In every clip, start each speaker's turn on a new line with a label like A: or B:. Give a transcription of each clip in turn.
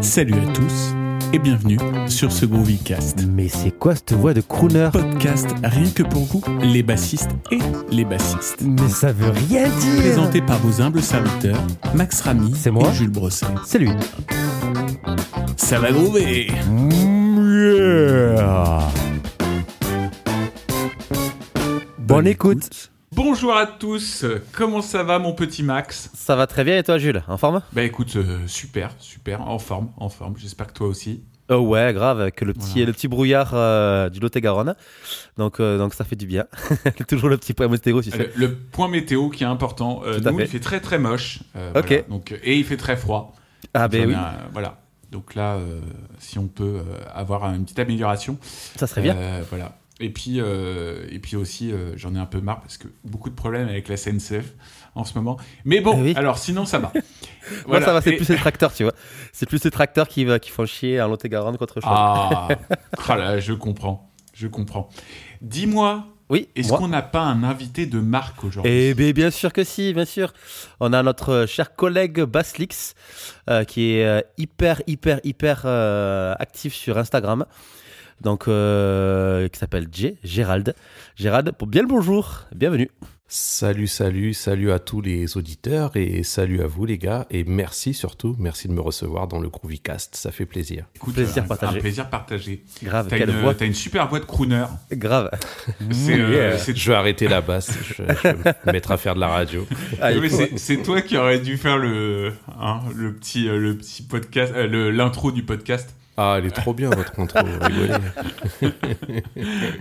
A: Salut à tous et bienvenue sur ce Groovycast.
B: Mais c'est quoi cette voix de crooner
A: Podcast rien que pour vous, les bassistes et les bassistes.
B: Mais ça veut rien dire
A: Présenté par vos humbles serviteurs, Max Ramy
B: C'est moi
A: et Jules Brosset.
B: C'est lui.
A: Ça va groover
B: Bonne Bah, écoute.
C: Bonjour à tous, comment ça va mon petit Max
B: Ça va très bien et toi Jules En forme
C: Bah écoute, euh, super, super, en forme, en forme, j'espère que toi aussi.
B: Oh ouais, grave, que le petit,
C: Voilà.
B: le petit brouillard euh, du Lot-et-Garonne. Donc, euh, donc ça fait du bien. Toujours le petit point Mostégo, tu sais.
C: Le, le point météo qui est important, euh,
B: Tout à
C: nous
B: fait.
C: il fait très très moche, euh,
B: Ok.
C: voilà, donc, et il fait très froid.
B: ah
C: J'en
B: ben
C: ai
B: oui,
C: un- euh, voilà, donc là, euh, si on peut euh, avoir une petite amélioration,
B: ça serait bien.
C: Euh, voilà. Et puis, euh, et puis aussi, euh, j'en ai un peu marre parce que beaucoup de problèmes avec la SNCF en ce moment. Mais bon,
B: Eh oui.
C: alors sinon ça va.
B: Moi ça va, c'est
C: Et-
B: plus les tracteurs, tu vois. C'est plus les tracteurs qui, va- qui font chier en Lot-et-Garonne qu'autre chose.
C: Ah, ah là, je comprends, je comprends. Dis-moi,
B: oui,
C: est-ce
B: moi.
C: qu'on n'a pas un invité de marque aujourd'hui
B: Eh bien, bien sûr que si, bien sûr. On a notre euh, cher collègue Baslix euh, qui est euh, hyper, hyper, hyper euh, actif sur Instagram. Donc, euh, qui s'appelle J, Gérald. Gérald, pour bien le bonjour, bienvenue.
D: Salut, salut, salut à tous les auditeurs et salut à vous les gars et merci surtout, merci de me recevoir dans le Groovycast, ça fait plaisir.
C: Écoute,
B: plaisir
C: un-
B: partagé.
C: Un plaisir partagé.
B: Grave,
C: T'as
B: quelle
C: une,
B: voix,
C: t'as une super voix de crooner.
B: grave.
C: C'est euh,
D: Yeah.
C: c'est-
D: Je vais arrêter la basse, je, je vais me mettre à faire de la radio.
B: Ah,
C: mais
B: il faut-
C: c'est- c'est toi qui aurais dû faire le, hein, le, petit, euh, le petit podcast, euh, le- l'intro du podcast.
D: Ah, elle est trop bien votre intro, vous rigolez.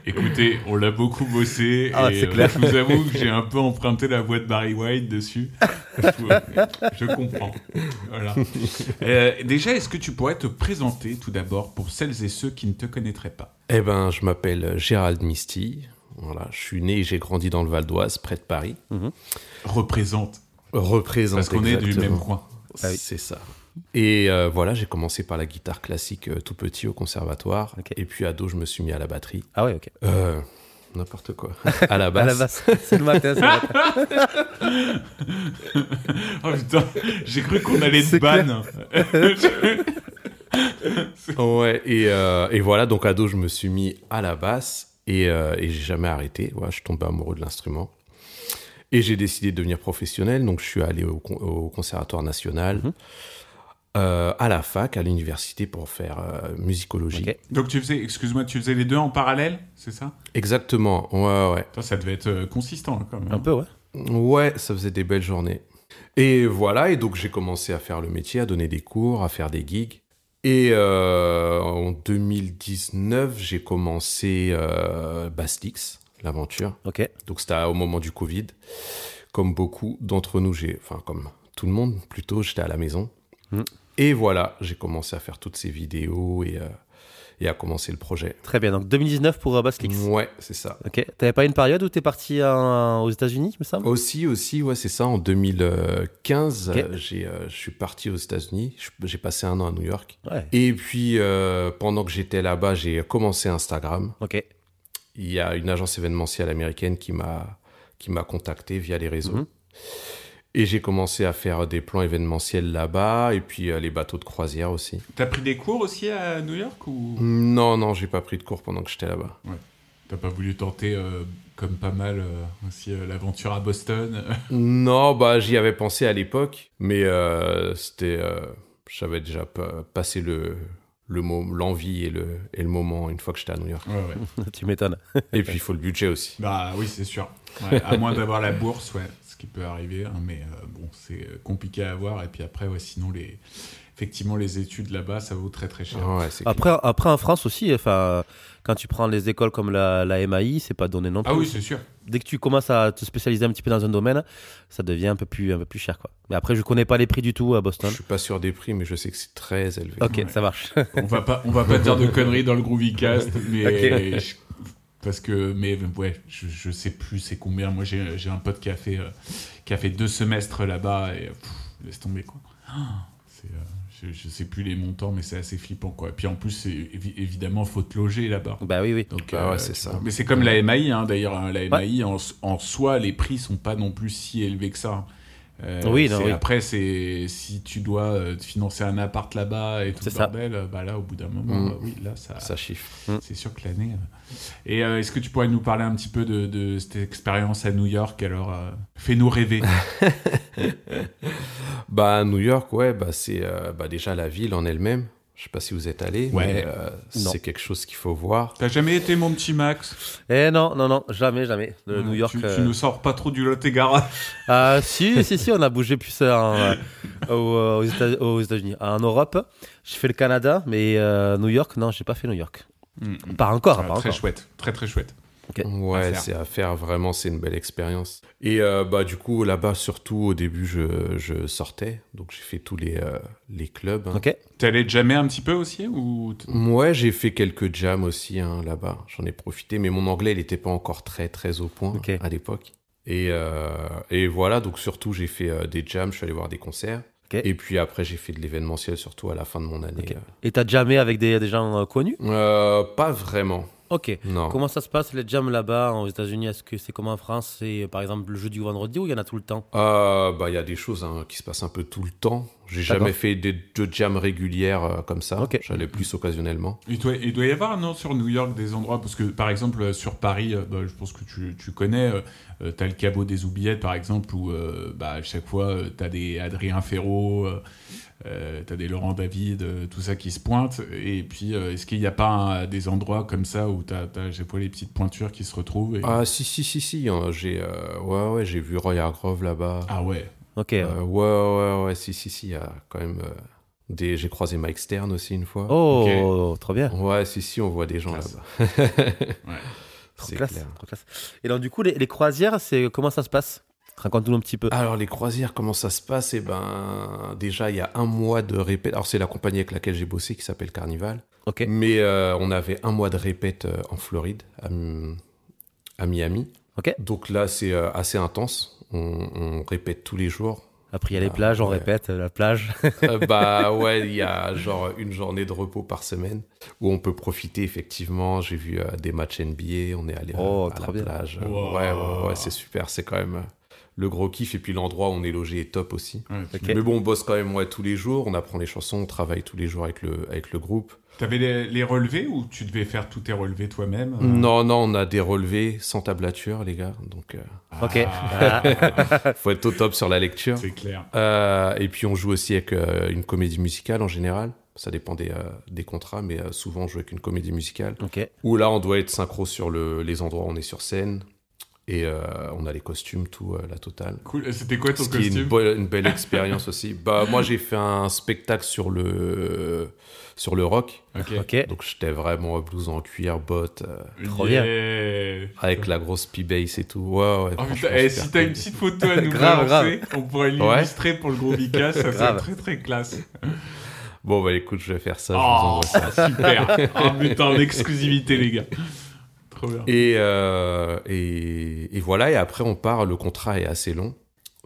C: Écoutez, on l'a beaucoup bossé.
B: Ah,
C: et,
B: c'est
C: euh,
B: clair.
C: je vous avoue que j'ai un peu emprunté la voix de Barry White dessus. je, je comprends. Voilà. Euh, déjà, est-ce que tu pourrais te présenter tout d'abord pour celles et ceux qui ne te connaîtraient pas
D: Eh ben, je m'appelle Gérald Misty, voilà, je suis né et j'ai grandi dans le Val d'Oise, près de Paris.
C: Représente.
D: Représente
C: Parce qu'on est du
D: exactement.
C: même coin.
B: Ah oui.
D: C'est ça. Et euh, voilà, j'ai commencé par la guitare classique euh, tout petit au conservatoire.
B: Ok.
D: Et puis ado, je me suis mis à la batterie.
B: ah ouais, ok.
D: Euh, n'importe quoi. À la
B: À
D: basse.
B: la basse, c'est le matin. c'est vrai.
C: Oh putain, j'ai cru qu'on allait te
B: C'est
C: ban.
D: Ouais, et, euh, et voilà, donc ado, je me suis mis à la basse et, euh, et j'ai jamais arrêté. Voilà, je suis tombé amoureux de l'instrument. Et j'ai décidé de devenir professionnel, donc je suis allé au, con- au Conservatoire national, euh, à la fac, à l'université pour faire euh, musicologie.
B: Ok.
C: Donc tu faisais, excuse-moi, tu faisais les deux en parallèle, c'est ça
D: Exactement, ouais, ouais.
C: Putain, Ça devait être euh, consistant hein, quand même.
B: Un peu, ouais.
D: Ouais, ça faisait des belles journées. Et voilà, et donc j'ai commencé à faire le métier, à donner des cours, à faire des gigs. Et euh, en 2019, j'ai commencé euh, Bastix, l'aventure.
B: Ok.
D: Donc c'était au moment du Covid. Comme beaucoup d'entre nous, j'ai, enfin comme tout le monde, plutôt, j'étais à la maison.
B: Mhm.
D: Et voilà, j'ai commencé à faire toutes ces vidéos et, euh, et à commencer le projet.
B: Très bien. Donc 2019 pour euh, Baslix.
D: Ouais, c'est ça.
B: Ok. T'avais pas une période où t'es parti en- aux États-Unis, il me semble
D: Aussi, aussi, ouais, c'est ça. En 2015,
B: Ok.
D: euh, j'ai, euh, je suis parti aux États-Unis. Je- J'ai passé un an à New York.
B: Ouais.
D: Et puis, euh, pendant que j'étais là-bas, j'ai commencé Instagram.
B: Ok.
D: Il y a une agence événementielle américaine qui m'a, qui m'a contacté via les réseaux.
B: Mhm.
D: Et j'ai commencé à faire des plans événementiels là-bas. Et puis, euh, les bateaux de croisière aussi.
C: T'as pris des cours aussi à New York ou
D: Non, non, j'ai pas pris de cours pendant que j'étais là-bas.
C: T'as pas voulu tenter, euh, comme pas mal, euh, aussi euh, l'aventure à Boston
D: Non, bah, j'y avais pensé à l'époque. Mais euh, c'était. euh, j'avais déjà pa- passé le le mo- l'envie et le et le moment une fois que j'étais à New York.
C: Ouais, ouais.
B: tu m'étonnes.
D: Et puis il faut le budget aussi.
C: Bah oui, c'est sûr. Ouais, à moins d'avoir la bourse, ouais, ce qui peut arriver, hein, mais euh, bon, c'est euh, compliqué à avoir. Et puis après, ouais, sinon, les... effectivement, les études là-bas, ça vaut très très cher.
D: Ah ouais, c'est clair.
B: Après, après en France aussi, enfin, quand tu prends les écoles comme la, la MAI, c'est pas donné non plus.
C: Ah oui, c'est sûr.
B: Dès que tu commences à te spécialiser un petit peu dans un domaine, ça devient un peu plus, un peu plus cher. Quoi. Mais après, je connais pas les prix du tout à
D: je
B: Boston.
D: suis pas sûr des prix, mais je sais que c'est très élevé.
B: Ok,
C: Ouais.
B: ça marche.
C: On va pas, on va pas dire de conneries dans le Groovycast, mais
B: Ok.
C: je- parce que, mais ouais, je, je sais plus c'est combien. Moi, j'ai j'ai un pote qui a fait, euh, qui a fait deux semestres là-bas et pff, laisse tomber quoi. Ah, c'est, euh, je, je sais plus les montants, mais c'est assez flippant quoi. Et puis en plus, c'est évi- évidemment, faut te loger là-bas.
B: bah oui, oui.
C: Donc, euh,
D: Bah ouais, c'est
C: tu
D: ça.
C: vois. Mais c'est comme la MAI, hein, d'ailleurs. hein, la MAI, en, s- en soi, les prix sont pas non plus si élevés que ça. Euh,
B: Oui, non,
C: c'est-
B: oui.
C: Après, c'est si tu dois euh, te financer un appart là-bas et tout le
B: C'est ça.
C: bordel, euh, bah là, au bout d'un moment,
D: Mm.
C: euh, oui, là, ça,
D: Ça chiffre.
C: c'est sûr que l'année. euh. Et euh, est-ce que tu pourrais nous parler un petit peu de, de cette expérience à New York Alors, euh, fais-nous rêver.
D: Bah, New York, ouais, bah, c'est euh, bah, déjà la ville en elle-même. Je sais pas si vous êtes allé,
C: Ouais.
D: mais euh,
B: Non.
D: c'est quelque chose qu'il faut voir.
C: T'as jamais été mon petit Max
B: Eh non, non, non, jamais, jamais. De
C: Ouais,
B: New York.
C: Tu, tu
B: euh,
C: nous sors pas trop du Lot-et-Garonne.
B: Ah, si, si, si, on a bougé plus euh, en, euh, aux, aux États- aux États-Unis. En Europe, j'ai fait le Canada, mais euh, New York, non, j'ai pas fait New York.
C: Mm.
B: Pas encore,
C: Ah,
B: pas
C: très
B: encore.
C: chouette, très très chouette. à
D: Ouais,
C: faire.
D: c'est à faire vraiment, c'est une belle expérience. Et euh, bah du coup là-bas surtout au début je, je sortais, donc j'ai fait tous les euh, les clubs. hein.
B: Ok.
C: T'es allé jamais un petit peu aussi ou t-
D: Ouais, j'ai fait quelques jams aussi hein, là-bas. J'en ai profité, mais mon anglais il n'était pas encore très très au point
B: Ok.
D: à l'époque. Et euh, et voilà, donc surtout j'ai fait euh, des jams, je suis allé voir des concerts.
B: Ok.
D: Et puis après j'ai fait de l'événementiel surtout à la fin de mon année.
B: Ok. Et t'as jamais avec des, des gens euh, connus
D: Euh, pas vraiment,
B: Ok.
D: non.
B: Comment ça se passe les jams là-bas aux États-Unis Est-ce que c'est comme en France C'est euh, par exemple le jeudi ou vendredi ou il y en a tout le temps
D: Euh, bah, il y a des choses hein, qui se passent un peu tout le temps. J'ai
B: D'accord.
D: jamais fait des, de jams régulières euh, comme ça.
B: Ok. Mm.
D: J'allais plus occasionnellement.
C: il doit, il doit y avoir, non, sur New York, des endroits, parce que par exemple, euh, sur Paris, euh, bah, je pense que tu, tu connais, euh, euh, t'as le Cabot des Oubliettes, par exemple, où euh, bah, à chaque fois, euh, t'as des Adrien Ferraud, euh, euh, t'as des Laurent David, euh, tout ça qui se pointe. Et puis, euh, est-ce qu'il n'y a pas un- des endroits comme ça où t'as t'as à chaque fois les petites pointures qui se retrouvent et-
B: Mm.
D: Ah, si, si, si, si. hein, j'ai, euh, ouais, ouais, j'ai vu Roy Hargrove là-bas.
C: Ah ouais,
B: Ok.
D: Euh, ouais, ouais, ouais, si, si, si. Il y a quand même euh, des. J'ai croisé Mike Stern aussi une fois.
B: Oh, trop bien.
D: Ouais, si, si, on voit des gens
C: Classe.
D: là-bas.
B: Trop
D: C'est
B: classe,
D: clair.
B: trop classe. Et donc du coup, les, les croisières, c'est comment ça se passe Raconte-nous un petit peu.
D: Alors, les croisières, comment ça se passe Eh ben, déjà, il y a un mois de répète. Alors, c'est la compagnie avec laquelle j'ai bossé qui s'appelle Carnival.
B: Ok.
D: Mais euh, on avait un mois de répète euh, en Floride, à, M- à Miami.
B: Ok.
D: Donc là, c'est euh, assez intense. On, on répète tous les jours.
B: Après, il y a les
D: Ah,
B: plages, on
D: ouais.
B: répète euh, la plage.
D: Euh, bah ouais, il y a genre une journée de repos par semaine où on peut profiter effectivement. J'ai vu euh, des matchs NBA, on est allé euh,
B: Oh,
D: à la
B: trop bien.
D: plage.
C: Wow.
D: Ouais, ouais, ouais, c'est super. C'est quand même euh, le gros kiff. Et puis l'endroit où on est logé est top aussi.
C: ouais.
B: Ok.
D: Mais bon, on bosse quand même ouais, tous les jours. On apprend les chansons, on travaille tous les jours avec le, avec le groupe.
C: T'avais les, les relevés ou tu devais faire tous tes relevés toi-même euh
D: Non, non, on a des relevés sans tablature, les gars. Donc, euh,
B: Ok.
C: Ah,
D: faut être au top sur la lecture.
C: c'est clair.
D: Euh, et puis on joue aussi avec euh, une comédie musicale en général. Ça dépend des, euh, des contrats, mais euh, souvent on joue avec une comédie musicale.
B: Ok.
D: Où là, on doit être synchro sur le- les endroits où on est sur scène. Et euh, on a les costumes, tout, euh, la totale.
C: Cool. C'était quoi ton
D: Ce qui est
C: costume
D: une, bo- une belle expérience aussi. Bah, moi, j'ai fait un spectacle sur le, sur le rock.
C: Ok.
B: Ok.
D: Donc, j'étais vraiment en blouse en cuir, bottes, euh,
B: Trop
C: Yeah.
D: avec la grosse P-Bass et tout. Ouais, ouais,
C: Oh,
D: franchement,
C: putain, eh,
D: super
C: si t'as une
D: cool.
C: petite photo à nous
B: Grave,
C: balancer, on pourrait l'illustrer pour le gros Mika, ça serait
B: Grave.
C: très très classe.
D: Bon, bah écoute, je vais faire ça. je vous
C: Oh,
D: envoie ça.
C: super. Oh putain, en exclusivité, les gars. Trop bien.
D: Et, euh, et, et voilà, et après on part, le contrat est assez long,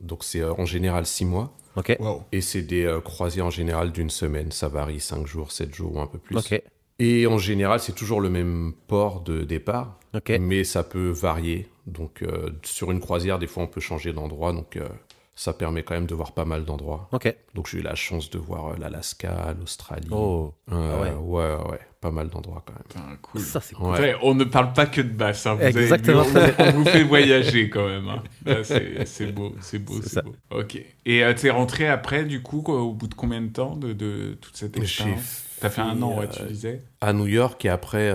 D: donc c'est euh, en général six mois,
B: Ok.
C: Wow.
D: et c'est des euh, croisés en général d'une semaine, ça varie 5 jours, 7 jours ou un peu plus.
B: Ok.
D: Et en général c'est toujours le même port de départ,
B: Ok.
D: mais ça peut varier, donc euh, sur une croisière des fois on peut changer d'endroit, donc euh, ça permet quand même de voir pas mal d'endroits.
B: Ok.
D: Donc j'ai eu la chance de voir euh, l'Alaska, l'Australie,
B: Oh.
D: Euh,
B: ah ouais.
D: ouais, ouais, ouais, pas mal d'endroits quand même.
C: Putain, cool.
B: Ça, c'est cool.
D: Ouais.
C: Putain, on ne parle pas que de basse. hein, vous avez vu,
B: Exactement.
C: on, on vous fait voyager quand même. hein. Là, c'est c'est beau, c'est beau,
B: C'est
C: c'est
B: ça.
C: beau. Ok. Et euh, t'es rentré après, du coup, quoi, au bout de combien de temps de, de toute cette
D: J'ai
C: expérience T'as fait un an, ouais, tu
D: euh,
C: disais
D: à New York et après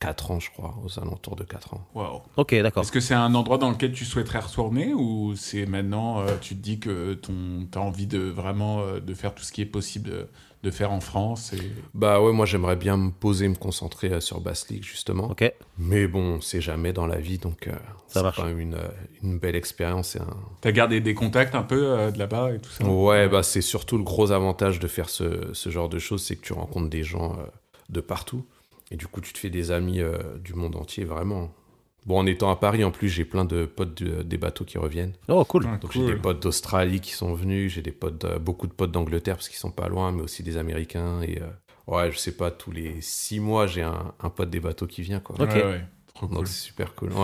D: 4 ans, je crois, aux alentours de 4 ans.
C: Wow.
B: Ok, d'accord.
C: Est-ce que c'est un endroit dans lequel tu souhaiterais retourner ou c'est maintenant, euh, tu te dis que ton, t'as envie de vraiment euh, de faire tout ce qui est possible de, de faire en France et...
D: Bah ouais, moi j'aimerais bien me poser, me concentrer euh, sur Bass League justement.
B: Ok.
D: Mais bon, c'est jamais dans la vie, donc euh,
B: Ça
D: c'est
B: marche.
D: quand même une, euh, une belle expérience. et un-
C: T'as gardé des contacts un peu euh, de là-bas et tout ça
D: Ouais, bah c'est surtout le gros avantage de faire ce, ce genre de choses, c'est que tu rencontres des gens euh, de partout. Et du coup, tu te fais des amis euh, du monde entier, vraiment. Bon, en étant à Paris, en plus, j'ai plein de potes de- des bateaux qui reviennent.
B: Oh, cool.
C: Ah,
D: bah, Donc j'ai
C: cool.
D: des potes d'Australie qui sont venus, j'ai des potes, de- beaucoup de potes d'Angleterre parce qu'ils sont pas loin, mais aussi des Américains et euh, ouais, je sais pas, tous les six mois j'ai un, un pote des bateaux qui vient quoi.
C: Ouais,
B: Ok.
C: ouais. Trop
D: Donc
C: cool.
D: c'est super cool. Ouais.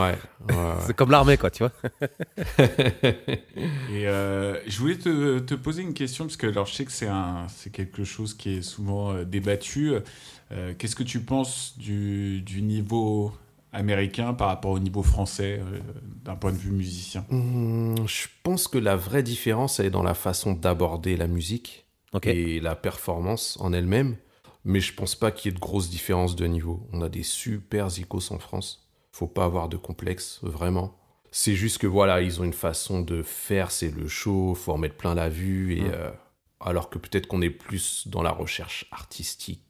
D: ouais, ouais.
B: C'est comme l'armée, quoi, tu vois.
C: Et euh, je voulais te, te poser une question, parce que alors, je sais que c'est un- c'est quelque chose qui est souvent euh, débattu. Euh, Qu'est-ce que tu penses du, du niveau américain par rapport au niveau français, euh, d'un point de vue musicien
D: Hum, je pense que la vraie différence, elle est dans la façon d'aborder la musique
B: Ok.
D: et la performance en elle-même. Mais je pense pas qu'il y ait de grosses différences de niveau. On a des super icos en France. Faut pas avoir de complexe, vraiment. C'est juste que voilà, ils ont une façon de faire, c'est le show, faut en mettre plein la vue. Et,
B: Ouais.
D: euh, alors que peut-être qu'on est plus dans la recherche artistique,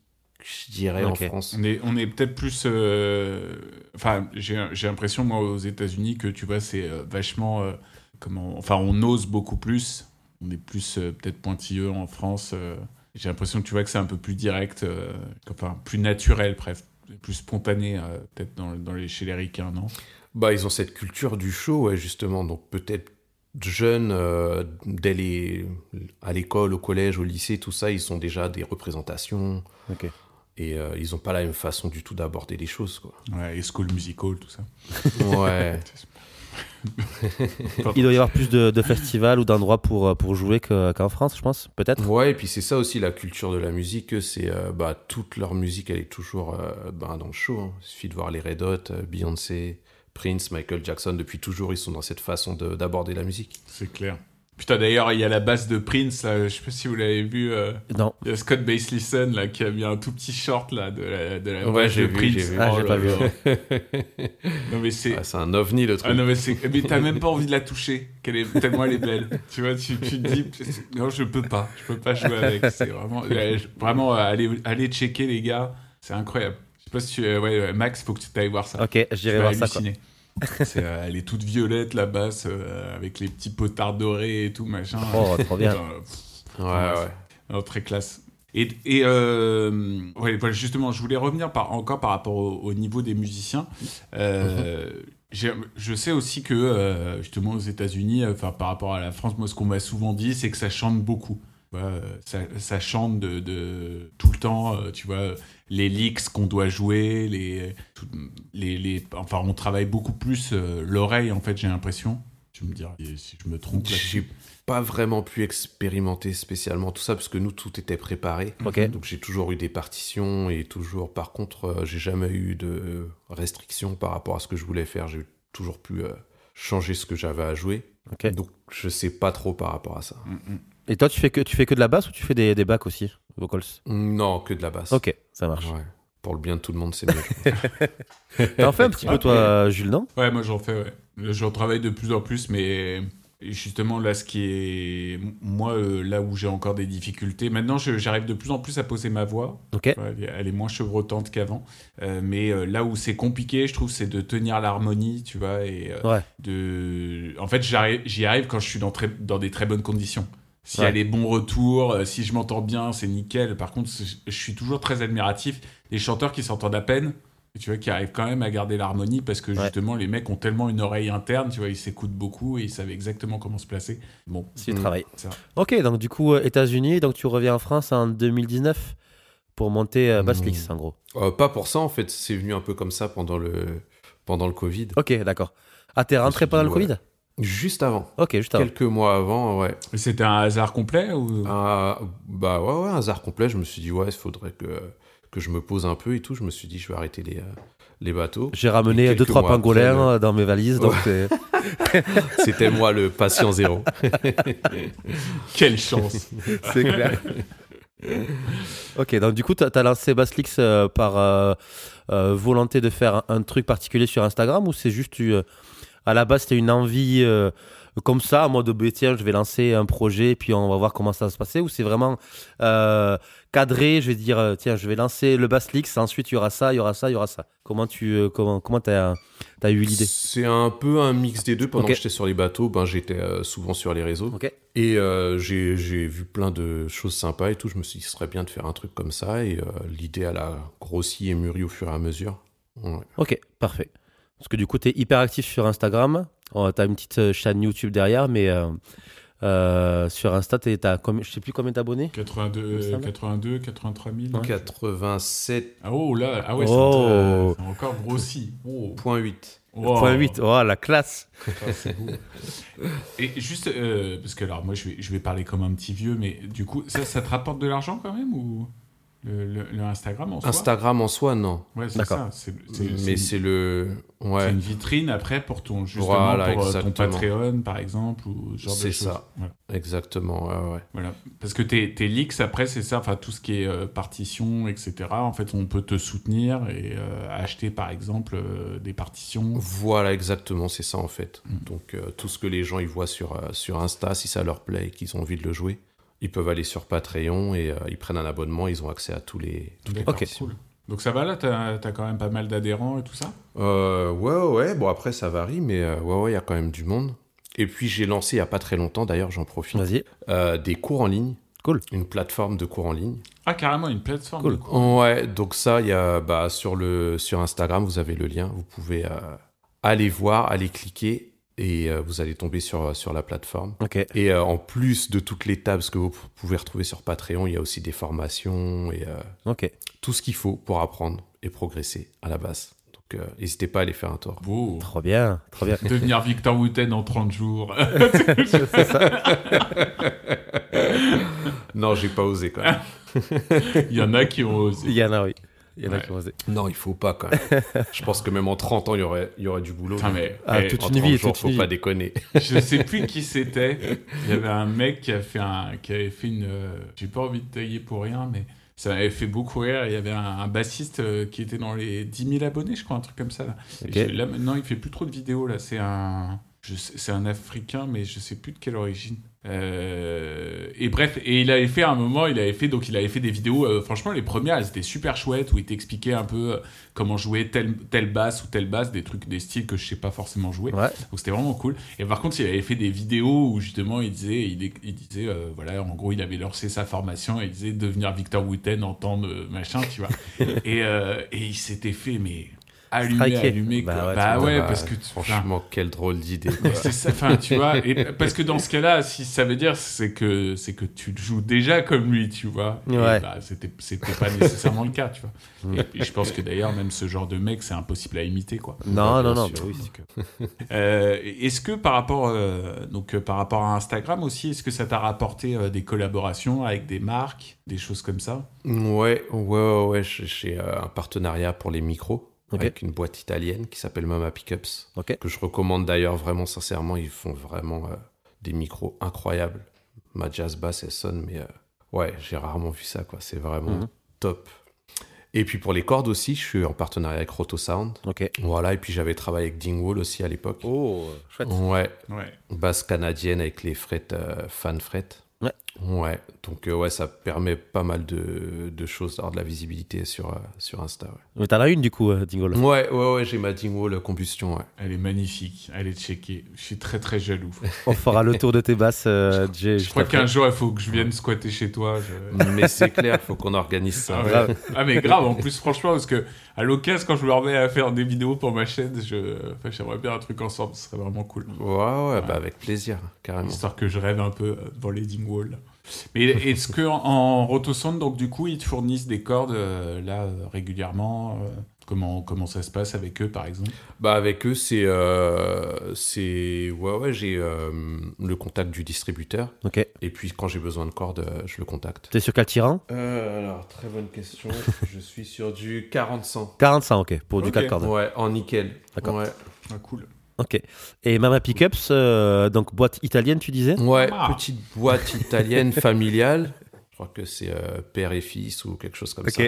D: je dirais,
B: Ok. Mm.
D: en France.
C: On est, on est peut-être plus. euh, Enfin, j'ai j'ai l'impression, moi, aux États-Unis, que tu vois, c'est euh, vachement. euh, comment, enfin, on ose beaucoup plus. On est plus euh, peut-être pointilleux en France. euh. j'ai l'impression que tu vois que c'est un peu plus direct, euh, enfin, plus naturel, bref, plus spontané, euh, peut-être dans, dans les, chez les Ricains, non
D: Bah, ils ont cette culture du show, ouais, justement. Donc, peut-être jeunes, euh, dès les... à l'école, au collège, au lycée, tout ça, ils ont déjà des représentations.
B: Ok.
D: Et euh, ils n'ont pas la même façon du tout d'aborder les choses, quoi.
C: ouais, Et school musical, tout ça.
D: Ouais.
B: Il doit y avoir plus de, de festivals ou d'endroits pour, euh, pour jouer que- qu'en France, je pense, peut-être.
D: ouais, et puis c'est ça aussi, la culture de la musique, eux, c'est... euh, bah, toute leur musique, elle est toujours euh, ben, dans le show. hein. Il suffit de voir les Red Hot, euh, Beyoncé, Prince, Michael Jackson. Depuis toujours, ils sont dans cette façon de- d'aborder la musique.
C: C'est clair. Putain, d'ailleurs, il y a la basse de Prince, là, je sais pas si vous l'avez vu. euh,
B: Non.
C: Il y a Scott Baselison là qui a mis un tout petit short là de la de la
D: Ouais,
C: vache
D: j'ai
C: de
D: vu,
C: Prince.
D: j'ai vu.
B: Ah, j'ai
C: là
B: pas vu,
C: là. non mais c'est
D: Ah, c'est un ovni, le
C: ah
D: truc.
C: non mais c'est mais t'as même pas envie de la toucher. Qu'elle est tellement elle est belle. Tu vois, tu, tu te dis c'est- non je peux pas, je peux pas jouer avec. C'est vraiment euh, je- vraiment euh, allez allez checker les gars, c'est incroyable. Je sais pas si tu euh, ouais ouais, Max faut que tu ailles voir ça.
B: Ok,
C: Tu
B: j'irai
C: vas
B: voir ça. Quoi.
C: halluciner. C'est, euh, elle est toute violette la basse euh, avec les petits potards dorés et tout machin.
B: Oh, trop bien.
C: Putain,
D: Ouais, ouais.
C: non, Oh, très classe. Et, et, euh, ouais, voilà, justement, je voulais revenir par, encore par rapport au, au niveau des musiciens. Euh, j'ai- je sais aussi que, euh, justement, aux États-Unis, euh, enfin, par rapport à la France, moi, ce qu'on m'a souvent dit, c'est que ça chante beaucoup. Tu vois, euh, ça, ça chante de, de- tout le temps, euh, tu vois, les licks qu'on doit jouer, les, tout- les, les- enfin, on travaille beaucoup plus euh, l'oreille, en fait, j'ai l'impression. Tu me diras si je me trompe. là-dessus.
D: Bah, J'ai pas vraiment pu expérimenter spécialement tout ça parce que nous tout était préparé.
B: Ok.
D: Donc j'ai toujours eu des partitions et toujours par contre euh, j'ai jamais eu de euh, restrictions par rapport à ce que je voulais faire. J'ai toujours pu euh, changer ce que j'avais à jouer.
B: Ok.
D: Donc je sais pas trop par rapport à ça.
B: Et toi, tu fais que tu fais que de la basse ou tu fais des, des bacs aussi, vocals
D: Non, que de la basse.
B: Ok, ça marche.
D: Ouais. Pour le bien de tout le monde, c'est mieux.
B: T'en fais un petit peu, toi, euh, Jules, non
C: Ouais, moi j'en fais, ouais. Là, J'en travaille de plus en plus, mais justement, là, ce qui est. Moi, euh, là où j'ai encore des difficultés, maintenant, je- j'arrive de plus en plus à poser ma voix.
B: Ok.
C: Ouais, elle est- elle est moins chevrotante qu'avant. Euh, mais euh, là où c'est compliqué, je trouve, c'est de tenir l'harmonie, tu vois. Et, euh,
B: Ouais.
C: de... En fait, j'arrive- j'y arrive quand je suis dans, très- dans des très bonnes conditions. S'il y a
B: Ouais.
C: les bons retours, euh, si je m'entends bien, c'est nickel. Par contre, c'est- je suis toujours très admiratif des chanteurs qui s'entendent à peine, et tu vois, qui arrivent quand même à garder l'harmonie parce que
B: Ouais.
C: justement, les mecs ont tellement une oreille interne, tu vois, ils s'écoutent beaucoup et ils savent exactement comment se placer. Bon,
B: Si tu
D: Mm.
B: travailles.
C: Ça.
B: Ok, donc du coup, euh, États-Unis, donc tu reviens en France en 2019 pour monter euh, Bass
D: Mm.
B: Licks, en gros.
D: Euh, pas pour ça en fait, c'est venu un peu comme ça pendant le pendant le Covid.
B: Ok, d'accord. Ah, t'es rentré
D: me suis
B: pendant
D: dit,
B: le Covid
D: Juste avant,
B: Ok, juste avant.
D: quelques mois avant, ouais.
C: Et c'était un hasard complet ou
D: Ah, bah ouais, ouais, hasard complet. Je me suis dit, ouais, il faudrait que, que je me pose un peu et tout. Je me suis dit, je vais arrêter les, euh, les bateaux.
B: J'ai ramené
D: quelques
B: deux, trois
D: mois après,
B: pangolins
D: le-
B: euh, dans mes valises, donc euh,
D: C'était moi le patient zéro.
C: quelle chance
B: c'est clair. ok, donc du coup, t'as t'as lancé Bass Licks, euh, par euh, euh, volonté de faire un, un truc particulier sur Instagram ou c'est juste tu, euh, à la base, c'était une envie euh, comme ça, en mode bah, tiens, je vais lancer un projet, puis on va voir comment ça va se passer ou c'est vraiment euh, cadré, je vais dire euh, tiens, je vais lancer le Bass Licks, ensuite il y aura ça, il y aura ça, il y aura ça. Comment tu euh, comment comment t'as as eu l'idée
D: C'est un peu un mix des deux. Pendant
B: Ok.
D: que j'étais sur les bateaux, ben, j'étais euh, souvent sur les réseaux.
B: Ok.
D: Et euh, j'ai j'ai vu plein de choses sympas et tout. Je me suis dit, ce serait bien de faire un truc comme ça. Et euh, l'idée, elle a grossi et mûri au fur et à mesure. Ouais.
B: Ok, parfait. Parce que du coup, tu es hyper actif sur Instagram. tu as une petite euh, chaîne YouTube derrière, mais euh, Euh, sur Insta, t'es- t'as combien- je sais plus combien d'abonnés
C: 82, 82, 83 000.
D: 87.8.
C: Ah oh là, ah ouais, c'est
B: Oh.
C: c'est encore grossi. Oh. Wow.
B: Point 8, oh la classe
C: Ah, c'est beau. Et juste, euh, parce que alors moi je vais, je vais parler comme un petit vieux, mais du coup, ça, ça te rapporte de l'argent quand même ou le, le- le Instagram en soi
D: Instagram en soi, non.
C: Ouais, c'est
B: D'accord.
C: ça. C'est c'est- c'est
D: Mais c'est le.
C: une- c'est
D: Ouais.
C: une vitrine après pour ton, justement,
D: Voilà,
C: pour, euh, ton
D: exactement.
C: Patreon par exemple ou ce genre de
D: C'est
C: choses.
D: ça.
C: Voilà.
D: Exactement, ouais, ouais.
C: Voilà. Parce que tes, tes leaks après, c'est ça, enfin tout ce qui est euh, partition, etc. En fait, on peut te soutenir et euh, acheter par exemple euh, des
D: Mm.
C: partitions.
D: Voilà, exactement, c'est ça en fait.
C: Mm.
D: Donc euh, tout ce que les gens ils voient sur, euh, sur Insta, si ça leur plaît et qu'ils ont envie de le jouer, ils peuvent aller sur Patreon et euh, ils prennent un abonnement, ils ont accès à tous les... Toutes les
C: D'accord,
D: parties.
C: cool. Donc ça va là, t'as as quand même pas mal d'adhérents et tout ça
D: Euh, ouais, ouais, ouais, bon après ça varie, mais euh, ouais, ouais, il y a quand même du monde. Et puis j'ai lancé il n'y a pas très longtemps, d'ailleurs j'en profite,
B: Vas-y.
D: euh, des cours en ligne.
B: Cool.
D: Une plateforme de cours en ligne.
C: Ah, carrément, une plateforme.
B: Cool.
C: de cours.
D: Ouais, donc ça, il y a bah, sur, le, sur Instagram, vous avez le lien. Vous pouvez euh, aller voir, aller cliquer et euh, vous allez tomber sur, sur la plateforme.
B: Ok.
D: Et euh, en plus de toutes les tables que vous p- pouvez retrouver sur Patreon, il y a aussi des formations et euh,
B: Ok.
D: tout ce qu'il faut pour apprendre et progresser à la base. Donc euh, n'hésitez pas à aller faire un tour.
C: Beau.
B: Trop bien, trop bien.
C: Devenir Victor Wooten en 30 jours.
B: C'est ça.
D: Non, j'ai pas osé quand même.
C: Il y en a qui ont
B: Il
C: osé.
B: y en a, oui. Il y en a
C: Ouais.
B: qui ont osé.
D: non, il faut pas quand même. Je pense que même en 30 ans, il y aurait, il y aurait du boulot.
C: Putain, mais,
B: Ah,
C: eh,
B: toute
D: En
B: une
D: 30
B: vie,
D: jours,
B: toute
D: faut
B: une
D: pas
B: vie.
D: déconner.
C: je sais plus qui c'était. Il y avait un mec qui a fait un, qui avait fait une, euh, j'ai pas envie de tailler pour rien, mais ça m'avait fait beaucoup rire. Il y avait un, un bassiste euh, qui était dans les 10 000 abonnés, je crois, un truc comme ça. Là, Et
B: Ok.
C: je- là, maintenant, il fait plus trop de vidéos. Là, c'est un, je sais- c'est un Africain, mais je sais plus de quelle origine. Euh, et bref, et il avait fait à un moment, il avait fait donc il avait fait des vidéos. euh, franchement, les premières, elles étaient super chouettes où il t'expliquait un peu euh, comment jouer telle telle basse ou telle basse, des trucs, des styles que je sais pas forcément jouer.
B: Ouais.
C: Donc c'était vraiment cool. Et par contre, il avait fait des vidéos où justement il disait, il, il disait, euh, voilà, en gros, il avait lancé sa formation et il disait devenir Victor Wooten en temps de machin, tu vois. et, euh, et il s'était fait, mais allumé,
B: Striker.
C: allumé.
B: Bah
C: quoi.
B: ouais,
C: Bah
D: Bah,
C: ouais, parce que tu- enfin,
D: franchement, quelle drôle d'idée. quoi.
C: mais c'est ça, enfin, tu vois. Et parce que dans ce cas-là, si ça veut dire, c'est que c'est que tu le joues déjà comme lui, tu vois. Et
B: Ouais. Mm.
C: bah, c'était c'était pas nécessairement le cas, tu vois. Et, et je pense que d'ailleurs, même ce genre de mec, c'est impossible à imiter, quoi.
B: Non,
D: bien
B: non, non.
D: sûr.
B: bah oui, c'est que-
C: Euh, Est-ce que par rapport, euh, donc, euh, par rapport à Instagram aussi, est-ce que ça t'a rapporté euh, des collaborations avec des marques, des choses comme ça
D: Ouais, ouais, ouais, ouais, j'ai- j'ai euh, un partenariat pour les micros
B: Ok.
D: avec une boîte italienne qui s'appelle Mama Pickups,
B: Ok.
D: que je recommande d'ailleurs vraiment sincèrement. Ils font vraiment euh, des micros incroyables. Ma jazz bass, elle sonne, mais euh, ouais, j'ai rarement vu ça, quoi. C'est vraiment
B: Mhm.
D: top. Et puis pour les cordes aussi, je suis en partenariat avec Roto Sound.
B: Ok.
D: Voilà, et puis j'avais travaillé avec Dingwall aussi à l'époque.
B: Oh, chouette.
D: Ouais,
C: Ouais.
D: basse canadienne avec les frettes, euh, fan frettes.
B: Ouais.
D: Ouais, donc euh, ouais, ça permet pas mal de, de choses, d'avoir de la visibilité sur, euh, sur Insta. Ouais,
B: Mais t'en as une du coup, euh, Dingol.
D: ouais, ouais, ouais, j'ai ma Dingwall combustion, ouais.
C: Elle est magnifique, elle est checkée. Je suis très très jaloux.
B: On fera le tour de tes basses, euh, Jay.
C: Je
B: juste
C: crois
B: après.
C: qu'un jour, il faut que je vienne squatter chez toi. je-
D: Mais c'est clair, faut qu'on organise ça.
C: Ah,
D: ouais.
C: ouais. Ah, mais grave, en plus, franchement, parce que à l'occasion, quand je me remets à faire des vidéos pour ma chaîne, je- enfin, j'aimerais bien un truc ensemble, ce serait vraiment cool.
D: Ouais, ouais, bah avec plaisir, carrément.
C: Histoire que je rêve un peu euh, dans les Dingwall. Mais est-ce que en, en Rotosound, donc du coup, ils te fournissent des cordes euh, là euh, régulièrement euh, Comment comment ça se passe avec eux, par exemple
D: Bah avec eux, c'est... euh, c'est ouais, ouais, j'ai euh, le contact du distributeur.
B: Ok.
D: Et puis quand j'ai besoin de cordes, euh, je le contacte.
B: T'es sur quel tirant
D: Euh, alors, très bonne question. je suis sur du 40-100.
B: 45, ok, pour du
C: Ok.
B: 4 cordes.
D: Ouais, en nickel.
B: D'accord.
D: Ouais.
C: Ah, Cool.
B: Ok. Et Mama Pickups, euh, donc boîte italienne, tu disais
D: Ouais,
C: Ah.
D: petite boîte italienne familiale. Je crois que c'est euh, père et fils ou quelque chose comme ça.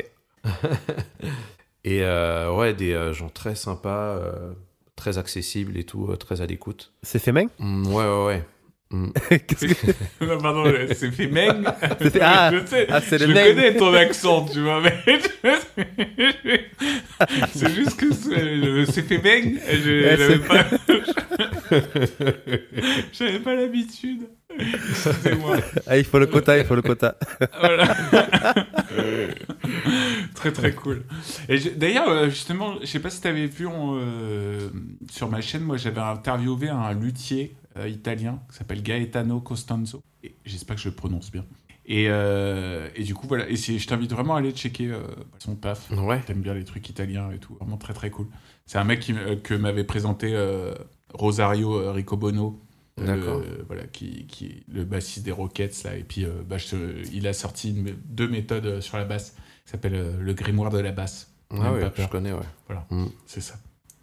D: Et euh, ouais, des euh, gens très sympas, euh, très accessibles et tout, euh, très à l'écoute.
B: C'est fait main
D: Mm, ouais, ouais, ouais. Mm.
B: Qu'est-ce que-
C: non, pardon, c'est fait Meng.
B: C'est fait- ah,
C: je sais,
B: ah, c'est
C: je
B: le Meng.
C: connais ton accent, tu vois, mais je- c'est juste que c'est- le c'est fait Meng. Je
B: Ouais,
C: j'avais
B: c'est-
C: pas, j'avais pas l'habitude. Excusez-moi.
B: Ah, il faut le quota, il faut le quota.
C: Voilà. très très cool. Et je- d'ailleurs, euh, justement, je sais pas si tu avais vu on, euh, sur ma chaîne, moi j'avais interviewé un luthier euh, italien qui s'appelle Gaetano Costanzo. Et J'espère que je le prononce bien. Et, euh, et du coup, voilà. Et si- je t'invite vraiment à aller checker euh, son taf.
D: Ouais.
C: T'aimes bien les trucs italiens et tout. Vraiment très très cool. C'est un mec qui, m- que m'avait présenté euh, Rosario euh, Ricobono. euh,
D: D'accord.
C: le- voilà, qui, qui est le bassiste des Rockets, là. Et puis, euh, bah, je- il a sorti une- deux méthodes euh, sur la basse. qui s'appelle euh, le grimoire de la basse.
D: Ah
C: Même pas
D: ouais,
C: peur.
D: je connais, ouais.
C: C'est ça.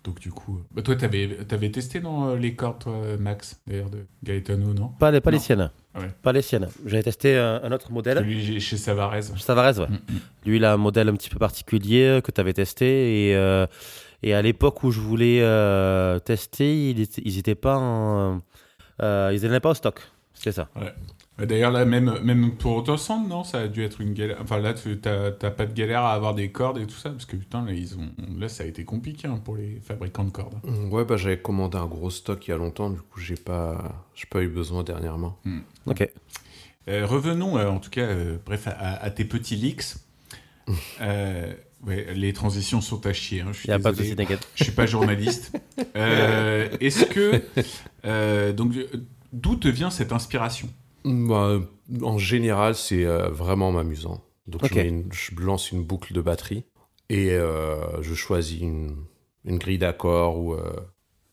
C: Donc, du coup. euh, Bah, toi, t'avais avais testé dans euh, les cordes, toi, Max, d'ailleurs, de Gaetano, non
B: Pas les, pas les
C: Non.
B: siennes.
C: Ah ouais.
B: Pas les siennes. J'avais testé un, un autre modèle.
C: Celui j'ai- chez Savarez.
B: Savarez, ouais.
C: Mm, mm.
B: Lui, il a un modèle un petit peu particulier euh, que tu avais testé. Et, euh, et à l'époque où je voulais euh, tester, il était- ils n'étaient pas en. euh, ils n'étaient pas au stock. C'était ça.
C: Bah, D'ailleurs, là, même, même pour Autosand, non Ça a dû être une galère. Enfin, là, tu t'as t'as pas de galère à avoir des cordes et tout ça, parce que putain, là, ils ont... là ça a été compliqué hein, pour les fabricants de cordes.
D: Ouais, bah j'avais commandé un gros stock il y a longtemps, du coup j'ai pas, j'ai pas eu besoin dernièrement.
B: Ok.
C: Euh, revenons, euh, en tout cas, euh, bref, à, à tes petits leaks. Euh, ouais, les transitions sont à chier. hein, je suis
B: Il n'y a pas de
C: désolé.
B: souci, t'inquiète.
C: Je suis pas journaliste. Euh, Est-ce que euh, donc euh, d'où te vient cette inspiration
D: Bah, en général, c'est euh, vraiment amusant. Donc
B: Ok.
D: je, mets une- je lance une boucle de batterie et euh, je choisis une, une grille d'accords où, euh,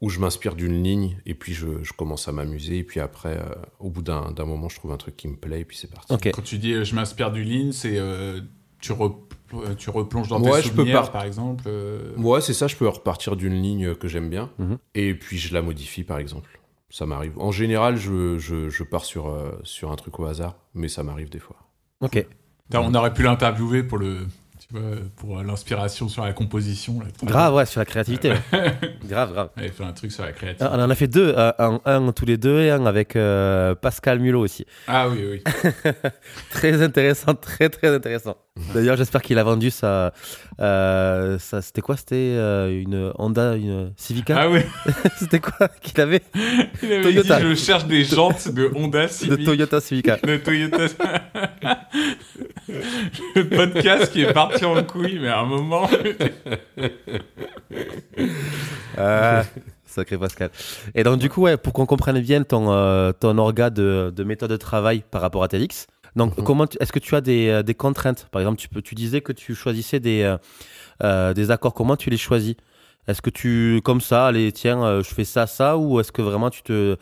D: où je m'inspire d'une ligne et puis je, je commence à m'amuser. Et puis après, euh, au bout d'un d'un moment, je trouve un truc qui me plaît et puis c'est parti.
B: Ok.
C: Quand tu dis euh, je m'inspire du lean, c'est euh, tu, repl- euh, tu replonges dans
D: Ouais,
C: tes
D: je peux
C: souvenirs,
D: par-
C: par exemple. euh,
D: Ouais, c'est ça, je peux repartir d'une ligne que j'aime bien,
B: Mhm.
D: et puis je la modifie, par exemple. Ça m'arrive. En général, je, je- je pars sur, euh, sur un truc au hasard, mais ça m'arrive des fois.
B: Ok.
C: putain, On aurait pu l'interviewer pour le tu vois, pour euh, l'inspiration sur la composition. là.
B: Grave, ouais, sur la créativité. ouais. grave, grave.
C: On avait fait un truc sur la
B: On
C: créativité.
B: en a fait deux, euh, un, un tous les deux et un avec euh, Pascal Mulot aussi.
C: Ah oui, oui.
B: Très intéressant, très très intéressant. D'ailleurs, j'espère qu'il a vendu sa. euh, sa- c'était quoi C'était euh, une Honda, une Civica
C: Ah oui.
B: C'était quoi qu'il avait
C: Il avait
B: Toyota.
C: dit je cherche des jantes de Honda
B: De
C: Civic.
B: Toyota Civica.
C: de Toyota. le podcast qui est parti en couille, mais à un moment.
B: Ah, sacré Pascal. Et donc, du coup, ouais, pour qu'on comprenne bien ton, euh, ton orga de, de méthode de travail par rapport à TEDx, donc,
D: Mhm.
B: comment tu- est-ce que tu as des, euh, des contraintes Par exemple, tu, peux, tu disais que tu choisissais des, euh, euh, des accords. Comment tu les choisis Est-ce que tu, comme ça, allez, tiens, euh, je fais ça, ça Ou est-ce que vraiment tu te.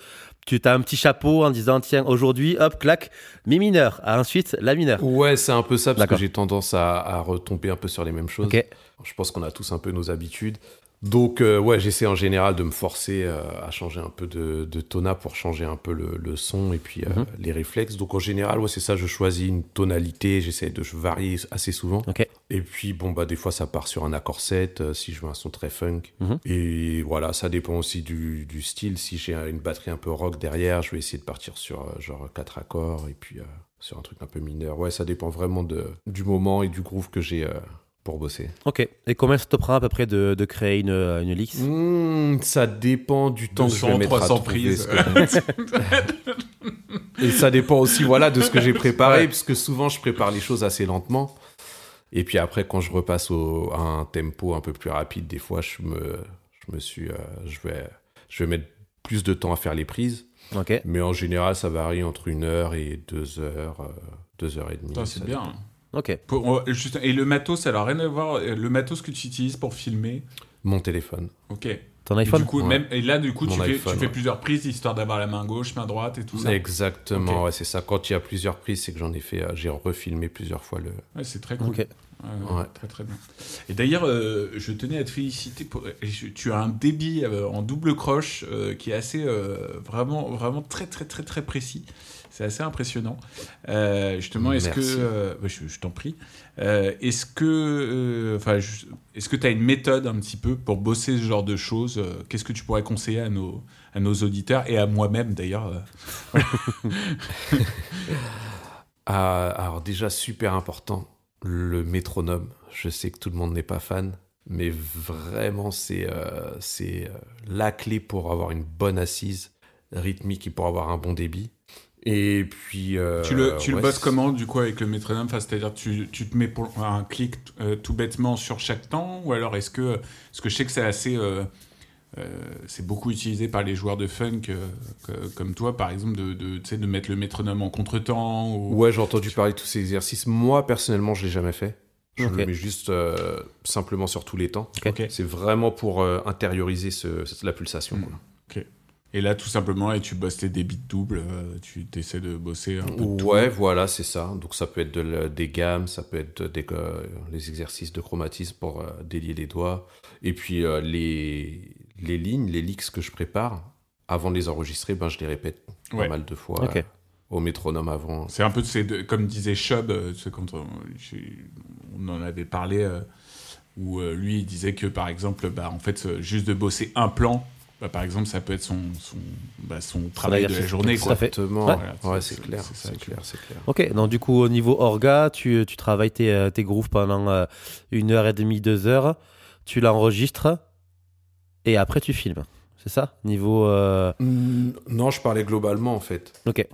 B: Tu as un petit chapeau en disant, tiens, aujourd'hui, hop, clac, mi mineur. Ah, ensuite, la mineure.
D: Ouais, c'est un peu ça, parce que
B: D'accord.
D: j'ai tendance à, à retomber un peu sur les mêmes choses.
B: Ok.
D: Je pense qu'on a tous un peu nos habitudes. Donc, euh, ouais, j'essaie en général de me forcer euh, à changer un peu de, de tona pour changer un peu le, le son et puis euh,
B: Mhm.
D: les réflexes. Donc, en général, ouais, c'est ça, je choisis une tonalité, j'essaie de varier assez souvent.
B: Ok.
D: Et puis, bon, bah, des fois, ça part sur un accord 7 euh, si je veux un son très funk.
B: Mhm.
D: Et voilà, ça dépend aussi du, du style. Si j'ai une batterie un peu rock derrière, je vais essayer de partir sur euh, genre quatre accords et puis euh, sur un truc un peu mineur. Ouais, ça dépend vraiment de, du moment et du groove que j'ai euh, pour bosser.
B: Ok. Et combien ça te prend à peu près de, de créer une, euh, une lix
D: Mmh, ça dépend du temps que je
C: 200,
D: vais mettre
C: 300
D: à trouver
C: prises.
D: ce que- Et ça dépend aussi voilà, de ce que j'ai préparé, parce que souvent je prépare les choses assez lentement. Et puis après, quand je repasse au- à un tempo un peu plus rapide, des fois je me, je me suis, euh, je vais, je vais mettre plus de temps à faire les prises.
B: Ok.
D: Mais en général, ça varie entre une heure et deux heures, euh, deux heures et demie.
C: Putain, Ah, c'est
D: Ça-
C: bien.
B: Ok.
C: Pour- euh, juste- et le matos, alors rien à voir. euh, Le matos que tu utilises pour filmer.
D: Mon téléphone.
C: Ok. Et,
B: Ton iPhone
C: du coup,
D: Ouais.
C: même, et là, du coup, tu
D: Mon
C: fais, tu
D: iPhone,
C: fais
D: ouais.
C: plusieurs prises histoire d'avoir la main gauche, main droite et tout ça. Ouais,
D: Exactement,
C: Ok.
D: ouais, c'est ça. Quand il y a plusieurs prises, c'est que j'en ai fait, euh, j'ai refilmé plusieurs fois le.
C: c'est très cool.
B: Ok.
C: Ouais,
D: Ouais.
C: Très très bien. Et d'ailleurs, euh, je tenais à te féliciter. Pour, je- tu as un débit euh, en double croche euh, qui est assez euh, vraiment vraiment très très très très précis. C'est assez impressionnant. Euh, justement, est-ce que
D: Merci.
C: euh, bah, je, je t'en prie. Euh, est-ce que euh, enfin je- est-ce que tu as une méthode un petit peu pour bosser ce genre de choses euh, Qu'est-ce que tu pourrais conseiller à nos à nos auditeurs et à moi-même d'ailleurs euh,
D: Ah, alors déjà, super important, le métronome. Je sais que tout le monde n'est pas fan, mais vraiment, c'est euh, c'est, euh, la clé pour avoir une bonne assise rythmique et pour avoir un bon débit. Et puis... euh,
C: Tu le, tu le
D: ouais,
C: bosses
D: c'est-
C: comment du coup avec le métronome enfin, C'est-à-dire tu, tu te mets pour un clic euh, tout bêtement sur chaque temps Ou alors est-ce que, parce que je sais que c'est assez... euh, euh, c'est beaucoup utilisé par les joueurs de funk euh, que- comme toi, par exemple, de, de, tu sais, de mettre le métronome en contretemps. Ou...
D: Ouais, j'ai entendu parler de tous ces exercices. Moi, personnellement, je l'ai jamais fait. Je
B: Ok.
D: le mets juste euh, simplement sur tous les temps.
B: Ok.
D: C'est vraiment pour euh, intérioriser ce- cette- la pulsation.
C: Mm.
D: quoi.
C: Et là, tout simplement, et tu bosses les débits doubles, euh, tu essaies de bosser un peu de tout.
D: Ouais, voilà, c'est ça. Donc ça peut être de la- des gammes, ça peut être des, euh, les exercices de chromatisme pour euh, délier les doigts. Et puis euh, les, les lignes, les licks que je prépare, avant de les enregistrer, ben, je les répète
C: Ouais.
D: pas mal de fois
B: Ok.
D: euh, au métronome avant.
C: C'est un peu de ces deux- comme disait Chubb, euh, tu sais, quand on, j'ai- on en avait parlé, euh, où euh, lui il disait que par exemple, bah, en fait, euh, juste de bosser un plan, bah, par exemple, ça peut être son, son, bah, son travail de la
B: exercice.
C: journée.
B: Tout
C: quoi.
B: à fait.
D: Exactement,
B: Ouais.
D: ouais,
C: Voilà, c'est-
D: c'est clair,
C: c'est ça
D: c'est
C: que-
D: clair, c'est clair.
B: Ok, donc du coup, au niveau orga, tu, tu travailles tes, euh, tes grooves pendant euh, une heure et demie, deux heures, tu l'enregistres et après tu filmes. C'est ça Niveau. euh,
C: Hmm.
D: Mm, Non, je parlais globalement en fait.
B: Ok.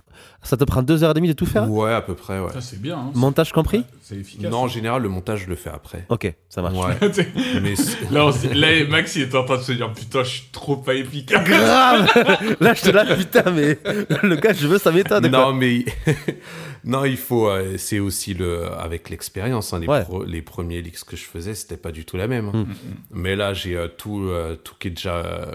B: Ça te prend deux heures et demie de tout faire
D: Ouais, à peu près, ouais.
C: Ça, c'est bien. hein,
B: Montage
C: c'est-
B: compris
C: C'est efficace.
D: Non, en général, le montage, je le fais après.
B: Ok, ça marche.
D: Ouais, mais c'est-
C: là, on s'est- là, Max, il est en train de se dire Putain, je suis trop pas efficace.
B: Grave Là, je te la putain, mais le gars, je veux sa méthode. quoi.
D: non, mais non, il faut. euh, c'est aussi le avec l'expérience. hein, les,
B: Ouais.
D: pro- les premiers leaks que je faisais, c'était pas du tout la même. hein.
B: Mm.
D: Mais là, j'ai euh, tout, euh, tout qui est déjà euh,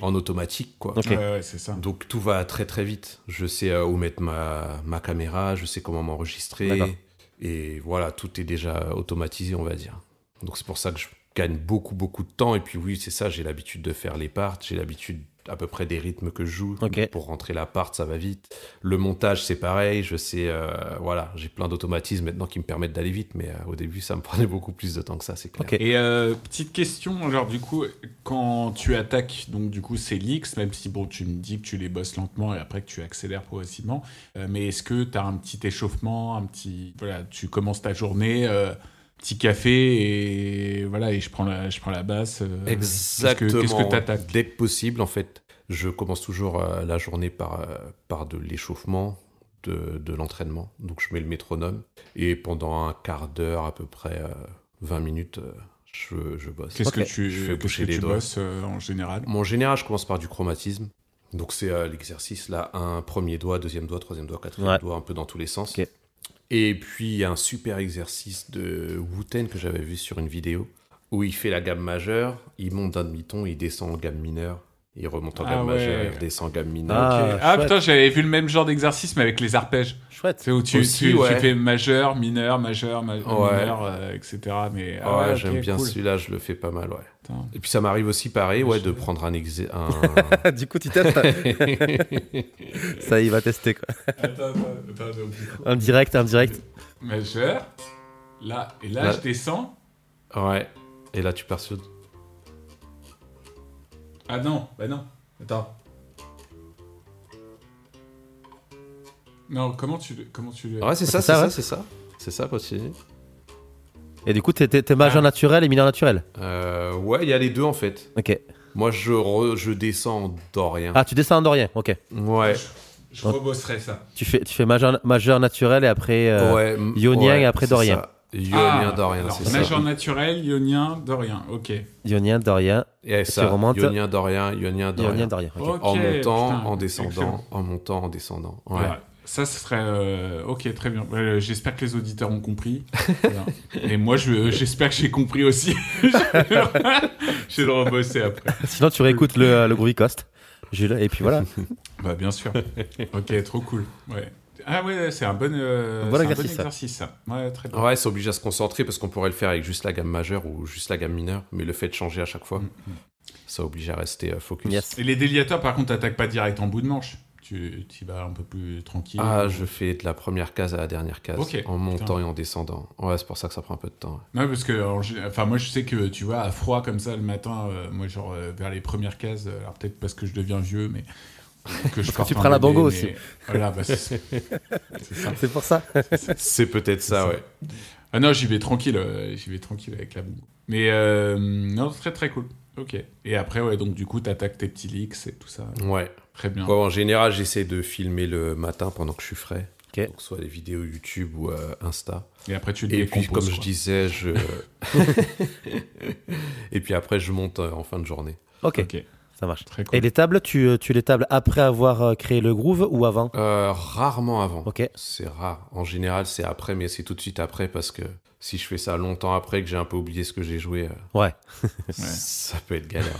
D: en automatique, quoi.
B: Ok.
C: Ouais, ouais, c'est ça.
D: Donc tout va très très vite. Je sais euh, où mettre ma, ma caméra, je sais comment
B: D'accord.
D: m'enregistrer. Et voilà, tout est déjà automatisé, on va dire. Donc c'est pour ça que je gagne beaucoup beaucoup de temps. Et puis oui, c'est ça, j'ai l'habitude de faire les parts, j'ai l'habitude à peu près des rythmes que je joue.
B: Ok.
D: Donc, Pour rentrer la part, ça va vite. Le montage, c'est pareil. Je sais, euh, voilà, j'ai plein d'automatismes maintenant qui me permettent d'aller vite. Mais euh, au début, ça me prenait beaucoup plus de temps que ça, c'est clair.
B: Ok.
C: Et euh, petite question, genre du coup, quand tu attaques donc du coup ces leaks, même si bon tu me dis que tu les bosses lentement et après que tu accélères progressivement, euh, mais est-ce que tu as un petit échauffement, un petit voilà, tu commences ta journée euh, petit café et voilà et je prends la je prends la basse. euh,
D: Exactement.
C: Qu'est-ce que tu attaques
D: Dès que possible, en fait, je commence toujours euh, la journée par, euh, par de l'échauffement, de, de l'entraînement. Donc, je mets le métronome et pendant un quart d'heure, à peu près euh, 20 minutes, euh, je, je bosse.
C: Qu'est-ce
B: Ok.
C: que tu
D: Je fais
C: qu'est-ce
D: bouger
C: que
D: les
C: tu
D: doigts.
C: bosses euh, en général
D: Mon général, je commence par du chromatisme. Donc, c'est euh, l'exercice là, un premier doigt, deuxième doigt, troisième doigt, quatrième
B: Ouais.
D: doigt, un peu dans tous les sens.
B: Ok.
D: Et puis, il y a un super exercice de Wooten que j'avais vu sur une vidéo où il fait la gamme majeure, il monte d'un demi-ton, il descend en gamme mineure, il remonte en
C: Ah
D: gamme
C: ouais.
D: majeure, il redescend en gamme mineure.
B: Ah,
C: Ok. Ah
B: chouette.
C: putain, j'avais vu le même genre d'exercice mais avec les arpèges.
B: Chouette.
C: C'est où tu,
D: Aussi,
C: tu- tu
D: ouais.
C: fais majeur, mineur, majeur, ma-
D: Ouais.
C: mineur, euh, etc. Mais ah
D: Ouais,
C: ouais, ok,
D: j'aime bien
C: cool.
D: celui-là, je le fais pas mal, ouais.
C: Putain.
D: Et puis ça m'arrive aussi, pareil, ouais, de prendre un exé... un-
B: du coup, tu testes. ça, il va tester quoi.
C: Attends, attends, attends, j'ai oublié.
B: En direct, en direct.
C: Majeur. Là, et là,
D: Là.
C: je descends.
D: ouais. Et là, tu pars sur...
C: Ah non, bah non. Attends. Non, comment tu le- comment tu le-
D: Ouais, c'est ça,
B: C'est ça,
D: c'est ça,
B: ouais.
D: c'est ça. C'est ça, continue.
B: Et du coup, t'es- t'es t'es majeur naturel et mineur naturel.
D: Euh, ouais, il y a les deux, en fait.
B: Ok.
D: Moi, je, re- je descends en dorien.
B: Ah, tu descends en dorien. Ok.
D: Ouais.
C: Je rebosserai ça.
B: Tu fais, tu fais majeur, majeur naturel et après. euh,
D: ouais, m-
B: ionien et après
D: c'est
B: dorien.
D: ça. Ionien,
C: Ah,
D: dorien,
C: alors,
D: c'est ça.
C: Majeur naturel, ionien, dorien. Ok.
B: Ionien, dorien.
D: Et ça,
B: remontes.
D: ionien, dorien, ionien, dorien.
B: Ionien, dorien. ok.
C: Ok,
D: En montant,
C: putain,
D: en descendant,
C: excellent.
D: en montant, en descendant. Ouais.
C: Voilà. Ça, ce serait. euh, Ok, très bien. Euh, j'espère que les auditeurs ont compris. Voilà. Et moi, je- euh, j'espère que j'ai compris aussi. je vais le rebosser après.
B: Sinon, tu réécoutes le, euh, le Groovy Cost. Jules, et puis voilà.
C: Bah bien sûr. ok, trop cool. Ouais. Ah ouais, c'est un bon, euh,
B: Bon
C: c'est un
B: exercice,
C: bon
B: ça.
C: exercice ça. Ouais, très bien.
D: Ouais, c'est obligé à se concentrer parce qu'on pourrait le faire avec juste la gamme majeure ou juste la gamme mineure, mais le fait de changer à chaque fois,
C: Mm,
D: ça oblige à rester euh, focus.
B: yes.
C: Et les déliateurs par contre t'attaques pas direct en bout de manche. Tu y vas un peu plus tranquille.
D: Ah, je fais de la première case à la dernière case,
C: Ok.
D: en montant
C: Putain.
D: et en descendant. Ouais, c'est pour ça que ça prend un peu de temps.
C: Non parce que en gé- enfin moi je sais que tu vois à froid comme ça le matin euh, moi genre euh, vers les premières cases euh, alors peut-être parce que je deviens vieux mais euh, que je
B: Parce que tu
C: porte un
B: prends la
C: bébé,
B: bango
C: mais-
B: aussi.
C: Voilà, bah, c'est c'est ça.
B: C'est pour ça.
D: C'est peut-être ça,
C: ça.
D: ouais.
C: Ah non, j'y vais tranquille, euh, j'y vais tranquille avec la bango. Mais euh, non, très très cool. OK. Et après ouais, donc du coup t'attaques tes petits leaks et tout ça.
D: Ouais.
C: Très bien.
D: Ouais, en général, j'essaie de filmer le matin pendant que je suis frais.
B: Ok.
D: Donc, soit des vidéos YouTube ou euh, Insta.
C: Et après, tu le
D: Et puis,
C: décomposes.
D: comme je
C: quoi.
D: disais, je. et puis après, je monte euh, en fin de journée.
B: Ok,
C: Ok,
B: ça marche.
C: très cool.
B: Et les tables, tu, euh, tu les tables après avoir euh, créé le groove ou avant
D: Euh, rarement avant.
B: Ok.
D: C'est rare. En général, c'est après, mais c'est tout de suite après parce que si je fais ça longtemps après que j'ai un peu oublié ce que j'ai joué, euh,
B: Ouais.
D: ça peut être galère.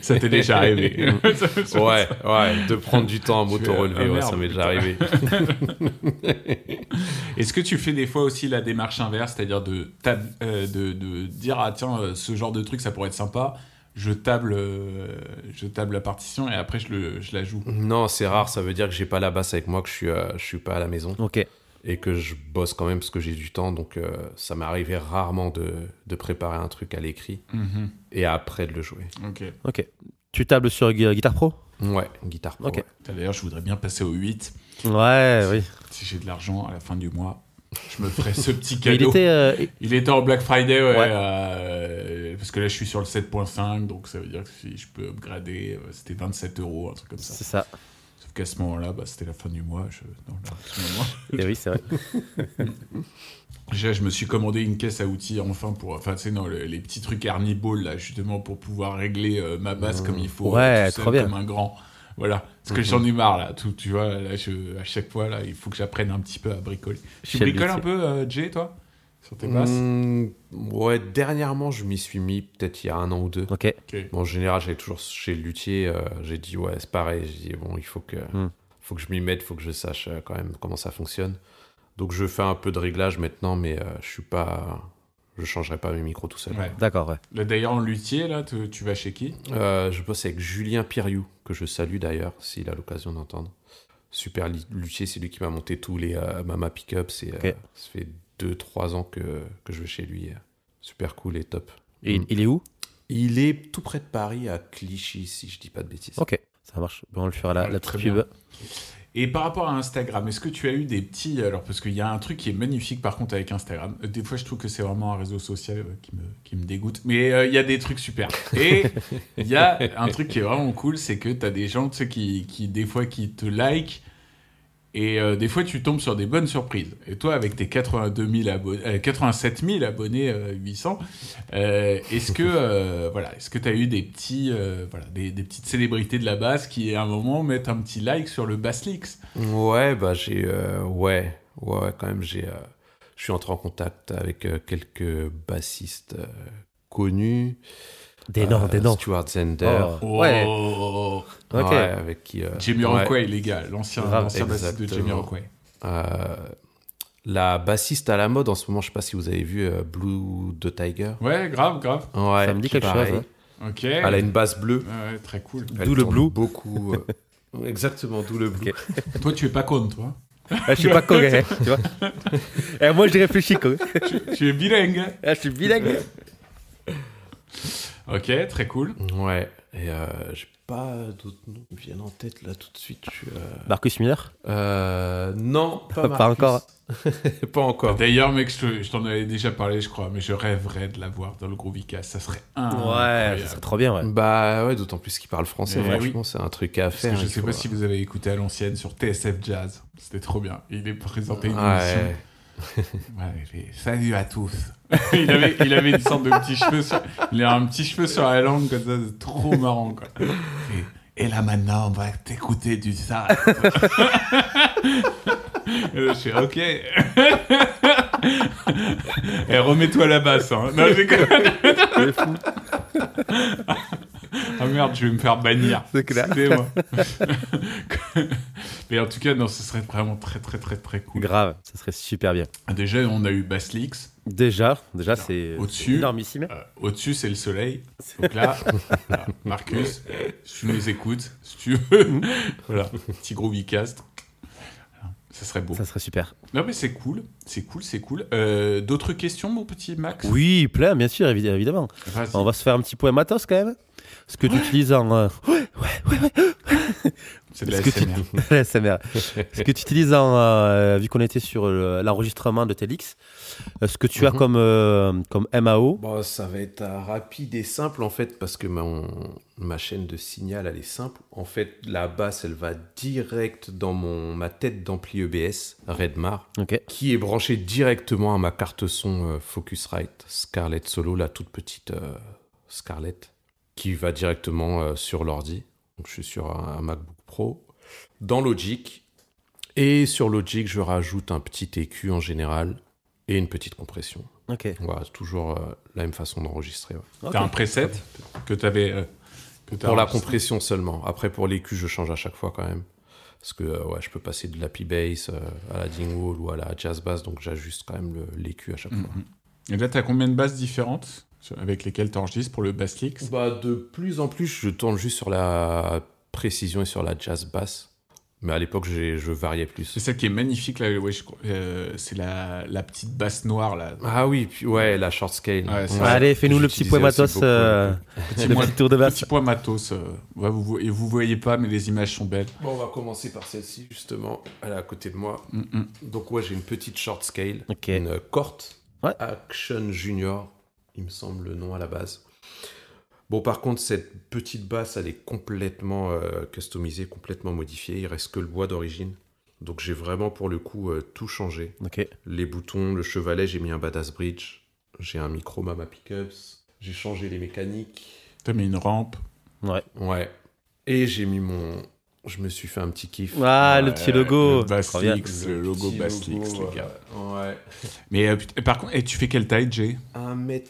C: Ça t'est déjà arrivé.
D: ouais, ouais, de prendre du temps à
C: Tu fais,
D: m'auto-relever,
C: ah,
D: ouais, ça
C: merde,
D: m'est déjà arrivé.
C: Est-ce que tu fais des fois aussi la démarche inverse, c'est-à-dire de, tab- euh, de, de dire ah tiens euh, ce genre de truc ça pourrait être sympa, je table euh, je table la partition et après je, le, je la joue.
D: Non, c'est rare, ça veut dire que j'ai pas la basse avec moi, que je suis, euh, je suis pas à la maison
B: Ok.
D: et que je bosse quand même parce que j'ai du temps, donc euh, ça m'est arrivé rarement de, de préparer un truc à l'écrit et après de le jouer.
C: Ok.
B: Ok. Tu tables sur Gu- Guitar Pro
D: Ouais, guitare. pro,
B: Ok.
D: ouais.
C: Putain, D'ailleurs je voudrais bien passer au 8.
B: Ouais, oui.
C: Si j'ai de l'argent à la fin du mois, je me ferai ce petit
B: Mais il
C: cadeau.
B: était. euh,
C: Il était en Black Friday, ouais,
B: Ouais.
C: euh, parce que là je suis sur le 7.5, donc ça veut dire que si je peux upgrader, euh, c'était 27 euros, un truc comme ça.
B: C'est ça.
C: Sauf qu'à ce moment-là, bah, c'était la fin du mois. Je... Non, là, à ce moment-
B: Et Eh oui, c'est vrai.
C: Déjà, je me suis commandé une caisse à outils enfin pour. Enfin, tu sais, non, le- les petits trucs Arnie Ball, là, justement, pour pouvoir régler euh, ma basse comme il faut.
B: Ouais,
C: euh, tout seul,
B: trop bien. Mhm.
C: Comme un grand. Voilà. Parce que j'en ai marre, là. Tout, tu vois, là, je- à chaque fois, là, il faut que j'apprenne un petit peu à bricoler. Tu
B: Chez le
C: bricoles un
B: luthier.
C: peu, euh, Jay, toi Sur tes basses
D: Mmh, ouais, dernièrement, je m'y suis mis peut-être il y a un an ou deux.
B: Ok.
C: Ok.
D: Bon, en général, j'allais toujours chez le luthier. euh, j'ai dit, ouais, c'est pareil. J'ai dit, bon, il faut que,
B: Mm.
D: faut que je m'y mette, faut que je sache euh, quand même comment ça fonctionne. Donc, je fais un peu de réglage maintenant, mais euh, je suis pas. Je changerai pas mes micros tout seul.
C: Ouais.
B: D'accord, ouais.
C: Là, D'ailleurs, en luthier, là, tu, tu vas chez qui
D: Euh, je bosse avec Julien Piriou, que je salue d'ailleurs, s'il a l'occasion d'entendre. Super li- luthier, c'est lui qui m'a monté tous les euh, Mama Pickup. C'est, euh,
B: Ok.
D: ça fait 2-3 ans que, que je vais chez lui. euh, Super cool et top.
B: Et il-
D: Mm.
B: il est où
D: Il est tout près de Paris, à Clichy, si je dis pas de bêtises.
B: Ok. Ça marche. Bon, on le fera la,
C: Ouais,
B: la
C: très
B: petite pub.
C: bien. Et par rapport à Instagram, est-ce que tu as eu des petits. Alors, parce qu'il y a un truc qui est magnifique par contre avec Instagram. Euh, Des fois, je trouve que c'est vraiment un réseau social euh, qui, me, qui me dégoûte. Mais euh, il y a des trucs super. Et il y a un truc qui est vraiment cool c'est que tu as des gens tu sais, qui, qui, des fois, qui te like. Et euh, des fois, tu tombes sur des bonnes surprises. Et toi, avec tes 82 000 abonnés, euh, 87 000 abonnés, euh, 800, euh, est-ce que euh, voilà, est-ce que t'as eu des petits, euh, voilà, des, des petites célébrités de la basse qui à un moment mettent un petit like sur le Baslix
D: Ouais, bah j'ai, euh, ouais, ouais, ouais, quand même j'ai, euh, je suis entré en contact avec euh, quelques bassistes euh, connus.
B: Des noms,
D: Euh,
B: des noms.
D: Stuart Zender.
B: Oh, Ouais.
C: Oh.
B: Ok.
D: Ouais, avec qui. euh,
C: Jamie
D: ouais,
C: Rockway, les gars, l'ancien
B: Grave,
C: l'ancien bassiste de
D: exactement.
C: Jamie Rockway.
D: euh, la bassiste à la mode en ce moment, je sais pas si vous avez vu euh, Blue de Tiger.
C: Ouais, grave, grave.
D: Ouais,
B: Ça me dit
D: qui,
B: quelque chose,
D: pareil,
B: ouais.
C: Ok.
D: Elle a une basse bleue.
C: Ouais, très cool.
D: Ah, Elle
B: D'où le
D: tourne
B: blue.
D: Beaucoup. euh, Exactement, d'où le blue.
C: toi, tu es pas con, toi.
B: Ah, je suis pas congolais, tu vois. Et moi, je réfléchis, quoi.
C: tu es bilingue.
B: Ah, je suis bilingue.
C: Ok, très cool.
D: Ouais, et euh, j'ai pas d'autres noms qui me viennent en tête là tout de suite. Je suis, euh,
B: Marcus Miller.
D: Euh, non,
B: Pas
D: pas, Marcus.
B: encore.
D: pas encore.
C: D'ailleurs, mec, je, te- je t'en avais déjà parlé, je crois, mais je rêverais de l'avoir dans le groupe Icas. Ça serait
D: Ah,
C: un.
B: Ouais, ça serait trop bien, ouais.
D: Bah ouais, d'autant plus qu'il parle français.
C: Eh
D: franchement, c'est un truc à
C: Parce que
D: faire.
C: je
D: il
C: sais
D: faut-
C: pas si vous avez écouté à l'ancienne sur TSF Jazz. C'était trop bien. Il est présenté une émission
D: Ouais.
C: Ouais, il fait, Salut à tous. il, avait, il avait une sorte de petit cheveu sur, il a un petit cheveu sur la langue comme ça, c'est trop marrant quoi. Et, et là maintenant, on va t'écouter du ça. Et là, je suis ok. Et remets-toi la basse. Hein. Non, j'ai Ah merde, je vais me faire bannir.
B: C'est clair.
C: Excusez-moi. Mais en tout cas, non, ce serait vraiment très très très très cool.
B: Grave, ça serait super bien.
C: Déjà, on a eu Baslix.
B: Déjà, déjà, c'est
C: Au-dessus.
B: c'est énormissime.
C: Euh, Au-dessus, c'est le soleil. Donc là, voilà, Marcus, si tu nous écoutes, si tu veux,
B: Hmm.
C: voilà, petit gros bicastre. Voilà, Ça serait beau.
B: Ça serait super.
C: Non, mais c'est cool, c'est cool, c'est cool. Euh, D'autres questions, mon petit Max
B: Oui, plein, bien sûr, évi- évidemment.
C: Vas-y.
B: On va se faire un petit point matos quand même. ce que tu utilises en. euh, ouais, ouais, ouais, ouais.
C: C'est de la
B: Est-ce que tu-
C: SMR.
B: Ouais, sa mère. ce que tu utilises en. euh, vu qu'on était sur euh, l'enregistrement de TEDx, euh, ce que tu as
D: Mhm.
B: comme, euh, comme MAO.
D: Bon, ça va être euh, rapide et simple en fait, parce que ma, ma chaîne de signal, elle est simple. En fait, la basse, elle va direct dans mon, ma tête d'ampli EBS, Redmar,
B: Ok.
D: qui est branchée directement à ma carte son euh, Focusrite Scarlett Solo, la toute petite euh, Scarlett, qui va directement euh, sur l'ordi. Donc, je suis sur un, un MacBook Pro, dans Logic. Et sur Logic, je rajoute un petit EQ en général et une petite compression.
B: Ok.
D: Voilà, c'est toujours euh, la même façon d'enregistrer. ouais.
B: Ok.
C: T'as un preset que t'avais. euh, que t'as
D: Pour la
C: enregistré.
D: compression seulement. Après, pour les culs, je change à chaque fois quand même. Parce que euh, ouais, je peux passer de la P-Bass euh, à la Dingwall ou à la Jazz Bass, donc j'ajuste quand même le- les culs à chaque fois.
C: Mhm. Et là, t'as combien de basses différentes sur- avec lesquelles t'enregistres pour le bass licks
D: Bah, de plus en plus, je tourne juste sur la précision et sur la Jazz Bass. Mais à l'époque, j'ai- je variais
C: C'est
D: plus.
C: celle qui est magnifique là. ouais, je crois- euh, c'est la, la petite basse noire là.
D: Ah oui, puis ouais, la short scale.
C: Ouais, c'est
D: Ouais,
C: ça.
B: Allez, fais-nous le petit
D: j'utilisais
B: point
D: aussi
B: matos,
D: beaucoup,
B: euh,
D: donc,
B: le
C: moi-
B: petit tour de basse.
C: Petit point matos. euh, ouais, vous, vo- et vous voyez pas, mais les images sont belles.
D: euh. Bon, on va commencer par celle-ci, justement. Elle est à côté de moi.
C: Mm, mm.
D: Donc, ouais, j'ai une petite short scale.
B: Ok.
D: une euh, corte
B: Ouais.
D: Action Junior, il me semble le nom à la base. Bon, par contre, cette petite basse, elle est complètement euh, customisée, complètement modifiée. Il reste que le bois d'origine. Donc, j'ai vraiment pour le coup euh, tout changé.
B: Ok.
D: Les boutons, le chevalet, j'ai mis un badass bridge. J'ai un micro Mama Pickups. J'ai changé les mécaniques.
C: T'as mis une rampe.
D: Ouais. Et j'ai mis mon. Je me suis fait un petit kiff.
B: Ah, le
C: Ouais,
B: petit logo.
C: Le bass
B: Trop bien.
C: licks, le logo
D: petit
C: bass licks,
D: logo,
C: les gars.
D: Ouais.
C: Mais euh, putain, par contre, et tu fais quelle taille, Jay
D: 1m82.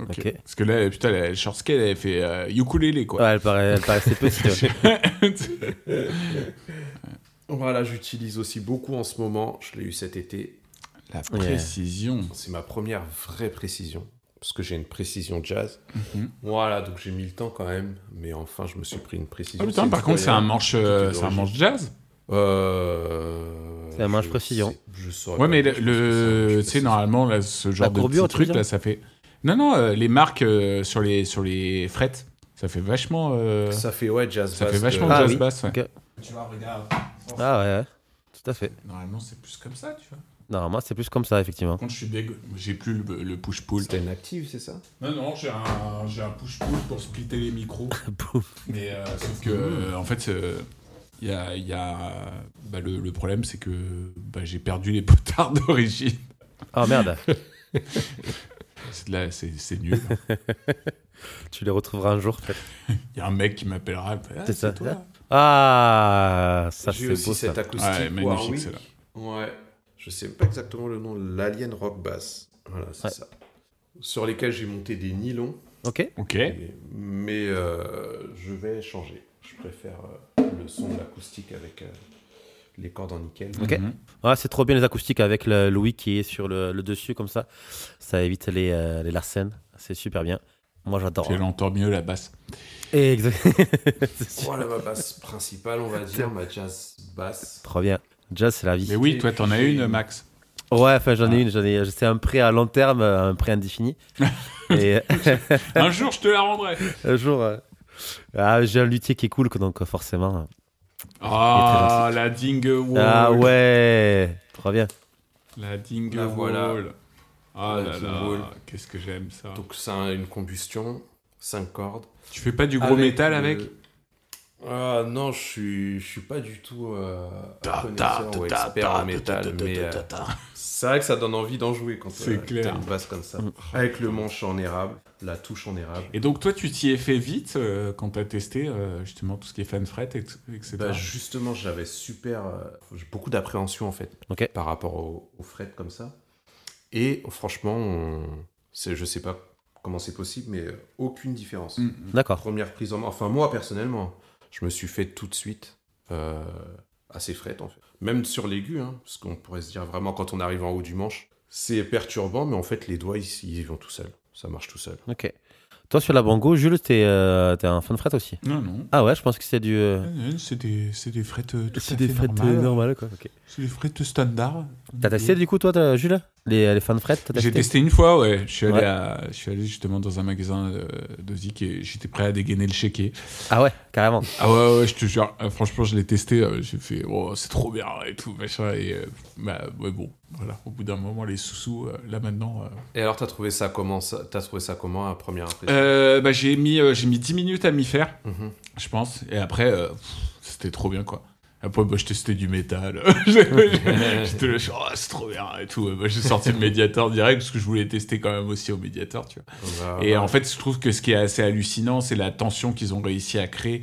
B: Ok.
C: Parce que là, putain, la short scale, elle fait euh, ukulélé quoi.
B: Ouais, elle, paraît, elle paraissait petite. ouais.
D: Voilà, j'utilise aussi beaucoup en ce moment. Je l'ai eu cet été.
C: La précision.
D: C'est ma première vraie précision. Parce que j'ai une précision jazz.
C: Mhm.
D: Voilà, donc j'ai mis le temps quand même. Mais enfin, je me suis pris une précision.
C: Ah, putain, par contre, c'est un manche, euh,
D: Tout
C: c'est
D: est
C: un
D: d'origine.
C: manche jazz.
D: Euh,
B: C'est un manche
D: je
B: précision.
D: sais- Je saurais
C: Ouais,
D: pas
C: mais
D: dire,
C: le,
D: je pense
C: le-
D: que c'est un- je
C: tu sais,
D: sais
C: normalement, là, ce genre de
B: courbure,
C: petit
B: tu veux
C: truc,
B: dire
C: là, ça fait. Non, non, euh, les marques euh, sur, les, sur les frettes, ça fait vachement. euh,
D: pas.
C: ça
D: Ça fait ouais, jazz bass,
C: fait vachement
D: euh,
B: Ah,
C: jazz
B: oui.
C: bass, ouais.
B: Ok.
C: Tu vois, regarde.
B: Ah ouais, ouais. Tout à fait.
C: Normalement, c'est plus comme ça, tu vois.
B: Non, moi, c'est plus comme ça, effectivement.
C: Quand je suis dégue, j'ai plus le, le
B: Ah.
C: push-pull.
D: C'était une active, c'est ça
C: Non, non, j'ai un, j'ai un push-pull pour splitter les micros.
B: Boum.
C: Mais euh, sauf que, euh, en fait, euh, il y a, il y a- bah, le, le problème, c'est que bah, j'ai perdu les potards d'origine.
B: oh merde.
C: C'est de la- c'est c'est nul.
B: tu les retrouveras un jour, peut-être.
C: Il y a un mec qui m'appellera. il me fait, Ah,
B: C'est ça.
C: c'est toi.
B: Ah, ça
D: J'ai
B: c'est
D: aussi
B: beau ça.
D: cette acoustique
C: Ouais, magnifique,
D: Warwick.
C: celle-là.
D: Ouais. Je sais pas exactement le nom. L'Alien Rock Bass. Voilà, c'est
B: Ouais.
D: ça. Sur lesquels j'ai monté des nylons.
B: Ok.
C: Ok.
D: Mais- Mais euh, je vais changer. Je préfère euh, le son de l'acoustique avec euh, les cordes en nickel.
B: Ok.
C: Mhm.
B: Ah, c'est trop bien les acoustiques avec le Louis qui est sur le, le dessus comme ça. Ça évite les, euh, les larcènes. C'est super bien. Moi j'adore.
C: Puis elle entend mieux la basse.
B: Exact. C'est super.
D: Voilà ma basse principale, on va dire, ma jazz basse.
B: Trop bien. Jazz c'est la vie.
C: Mais oui, toi, t'en as
D: puis-
C: une, Max.
B: Ouais, enfin
D: Ah.
B: j'en ai une. J'en ai. C'est un prêt à long terme, euh, un prêt indéfini. Et
C: Un jour, je te la rendrai.
B: un jour. euh, ah, j'ai un luthier qui est cool, donc euh, forcément.
C: Ah, la dingue wall.
B: Ah ouais, trop bien.
C: La dingue
D: La voilà.
C: wall. Ah
D: La
C: là
D: dingue
C: là,
D: wall.
C: qu'est-ce que j'aime ça.
D: Donc ça a une combustion, 5 cordes.
C: Tu fais pas du gros
D: Avec
C: métal
D: le-
C: avec
D: Ah, Non, je suis, je suis pas du tout euh,
C: Ta, ta,
D: connaisseur
C: ta,
D: ou
C: ta,
D: expert
C: ta,
D: en métal,
C: ta,
D: mais
C: ta,
D: euh,
C: ta, ta.
D: c'est vrai que ça donne envie d'en jouer quand
C: C'est
D: euh,
C: clair. Mm.
D: t'as une basse comme ça. Avec le manche en érable, la touche en érable.
C: Et donc, toi, tu t'y es fait vite euh, quand t'as testé euh, justement tout ce qui est fan fret, et- etc.
D: Bah, justement, j'avais super. euh, j'ai beaucoup d'appréhension en fait
B: Ok.
D: par rapport au- aux fret comme ça. Et franchement, on- c'est- je sais pas comment c'est possible, mais euh, aucune différence.
C: Mm.
B: D'accord.
D: Première prise en main. Enfin, moi personnellement, je me suis fait tout de suite euh, assez fret en fait. Même sur l'aigu, hein, parce qu'on pourrait se dire vraiment quand on arrive en haut du manche, c'est perturbant, mais en fait, les doigts ils, ils vont tout seuls. Ça marche tout seul.
B: Ok. Toi sur la bongo, Jules, t'es euh, t'es un fan de fret aussi.
C: Non, non.
B: Ah ouais, je pense que c'est du. euh,
C: Euh, C'est des, c'est des frettes euh, tout
B: C'est
C: à
B: des
C: fait
B: frettes
C: normales.
B: normales quoi. Ok.
C: C'est des frettes standard.
B: T'as testé du coup toi, t'as- Jules Les, les fans de Fred, t'as
C: J'ai
B: testé
C: testé une fois, ouais. Je suis allé,
B: Ouais.
C: à- je suis allé justement dans un magasin euh, de Zik et j'étais prêt à dégainer le chéquier.
B: Ah ouais, carrément.
C: Ah ouais, ouais, je te jure. euh, Franchement, je l'ai testé. euh, J'ai fait, oh, c'est trop bien et tout, machin. Et euh, bah, ouais, bon, voilà. Au bout d'un moment, les sous-sous, euh, là maintenant. euh,
D: Et alors, t'as trouvé ça comment ça- T'as trouvé ça comment à première impression
C: Euh, bah, j'ai mis, euh, j'ai mis 10 minutes à m'y faire,
D: Mhm.
C: je pense. Et après, euh, pff, c'était trop bien, quoi. Après, bah, je testais du métal. J'étais là, genre, Ah, c'est trop bien et tout. Bah, j'ai sorti le Mediator direct parce que je voulais tester quand même aussi au Mediator, tu vois.
D: Bah,
C: Et
D: ouais.
C: en fait, je trouve que ce qui est assez hallucinant, c'est la tension qu'ils ont réussi à créer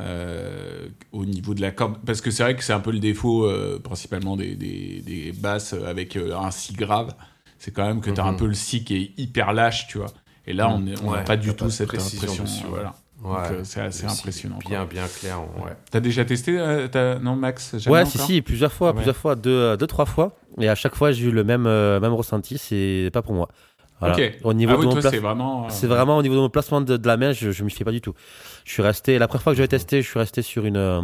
C: euh, au niveau de la corde. Parce que c'est vrai que c'est un peu le défaut euh, principalement des, des- des basses avec euh, un si grave. C'est quand même que tu as un
D: Mhm.
C: peu le si qui est hyper lâche, tu vois. Et là, on n'a
D: Ouais,
C: pas du
D: t'as
C: tout
D: pas de
C: cette
D: précision
C: impression.
D: dessus, ouais.
C: voilà.
D: Ouais.
C: Donc, euh, c'est assez
D: Le site
C: impressionnant.
D: est Bien, bien clair. on-
C: quoi. Ouais. T'as déjà testé euh, t'as- Non, Max jamais
B: Ouais, si,
C: encore Ah
B: si, plusieurs fois,
C: Ouais.
B: plusieurs fois, deux, euh, deux, trois fois. Et à chaque fois, j'ai eu le même, euh, même ressenti, c'est pas pour moi. Voilà.
C: Ok.
B: Au niveau
C: ah
B: de
C: oui,
B: mon
C: toi,
B: pla-
C: c'est vraiment. euh,
B: C'est vraiment au niveau de mon placement de, de la main, je, je m'y fais pas du tout. Je suis resté, la première fois que j'avais testé, je suis resté sur une, euh,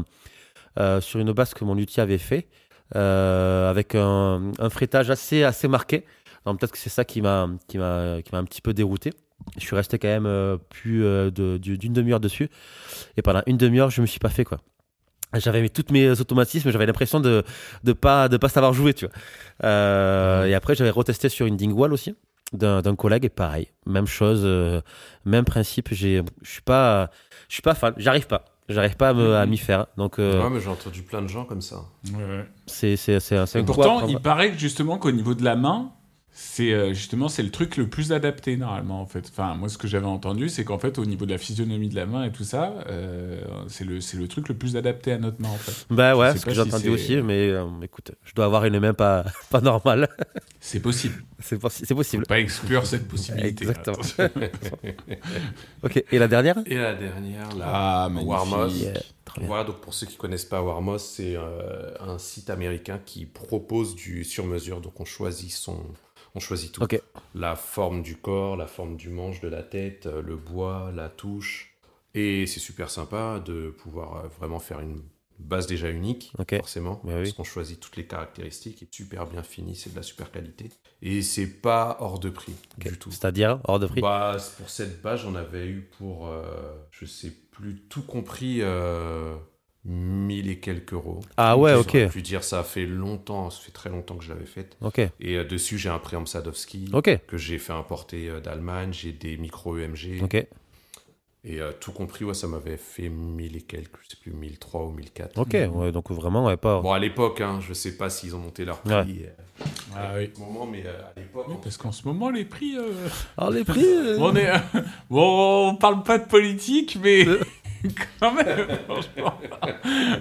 B: euh, sur une basse que mon luthier avait fait, euh, avec un, un frétage assez, assez marqué. Donc peut-être que c'est ça qui m'a, qui m'a, qui m'a un petit peu dérouté. Je suis resté quand même euh, plus euh, de- du- d'une demi-heure dessus. Et pendant une demi-heure, je me suis pas fait quoi. J'avais mis toutes mes automatismes, j'avais l'impression de de pas de pas savoir jouer, tu vois. Euh, Et après, j'avais retesté sur une Dingwall aussi d'un d'un collègue et pareil, même chose, euh, même principe. J'ai, je suis pas, je suis pas fan, j'arrive pas, j'arrive pas à me-
C: Mm-hmm.
B: à m'y faire. Donc euh,
D: Ouais, mais j'ai entendu plein de gens comme ça.
C: ouais, ouais.
B: c'est c'est c'est c'est
C: Et
B: un coup à
C: pourtant,
B: prendre.
C: il paraît que justement qu'au niveau de la main, c'est euh, justement c'est le truc le plus adapté normalement en fait. Enfin, moi ce que j'avais entendu, c'est qu'en fait au niveau de la physionomie de la main et tout ça, euh, c'est le c'est le truc le plus adapté à notre main en fait.
B: Bah
C: je
B: ouais,
C: sais
B: ce
C: pas
B: que j'ai
C: si
B: entendu
C: c'est-
B: aussi, mais euh, écoute, je dois avoir une main pas pas normale.
C: C'est possible.
B: c'est possi- c'est possible.
C: Faut pas exclure cette possibilité.
B: Exactement.
C: Attention.
B: Ok. Et la dernière
D: Et la dernière, là.
C: Ah,
D: Warmos.
C: magnifique.
B: Yeah, Euh, très bien.
D: Voilà, donc pour ceux qui connaissent pas Warmos, c'est euh, un site américain qui propose du sur-mesure. Donc on choisit son, on choisit tout.
B: Ok.
D: La forme du corps, la forme du manche, de la tête, euh, le bois, la touche. Et c'est super sympa de pouvoir euh, vraiment faire une base déjà unique,
B: Ok.
D: forcément,
B: Bah oui.
D: parce qu'on choisit toutes les caractéristiques. Et super bien fini, c'est de la super qualité. Et c'est pas hors de prix
B: Ok.
D: du tout.
B: C'est-à-dire hors de prix.
D: Bah, c'est pour cette page, on avait eu pour, euh, je sais plus, tout compris, euh, 1000 et quelques euros.
B: Ah ouais,
D: Je
B: ok.
D: saurais plus dire, ça fait longtemps, ça fait très longtemps que je l'avais faite.
B: Ok.
D: Et euh, dessus, j'ai un préamp Sadowski
B: Ok.
D: que j'ai fait importer euh, d'Allemagne, j'ai des micros EMG.
B: Ok.
D: Et euh, tout compris, ouais, ça m'avait fait 1000 et quelques, je sais plus, 1003 ou 1004.
B: Ok. Ouais, donc vraiment, ouais, pas.
D: Bon, à l'époque, hein, je sais pas s'ils ont monté leur prix
B: Ouais.
D: euh,
C: Ah oui.
D: au moment, mais euh, à l'époque,
C: Oui,
D: on-
C: parce qu'en ce moment les prix. euh,
B: Alors les prix. euh,
C: On est bon, on parle pas de politique, mais quand même. franchement.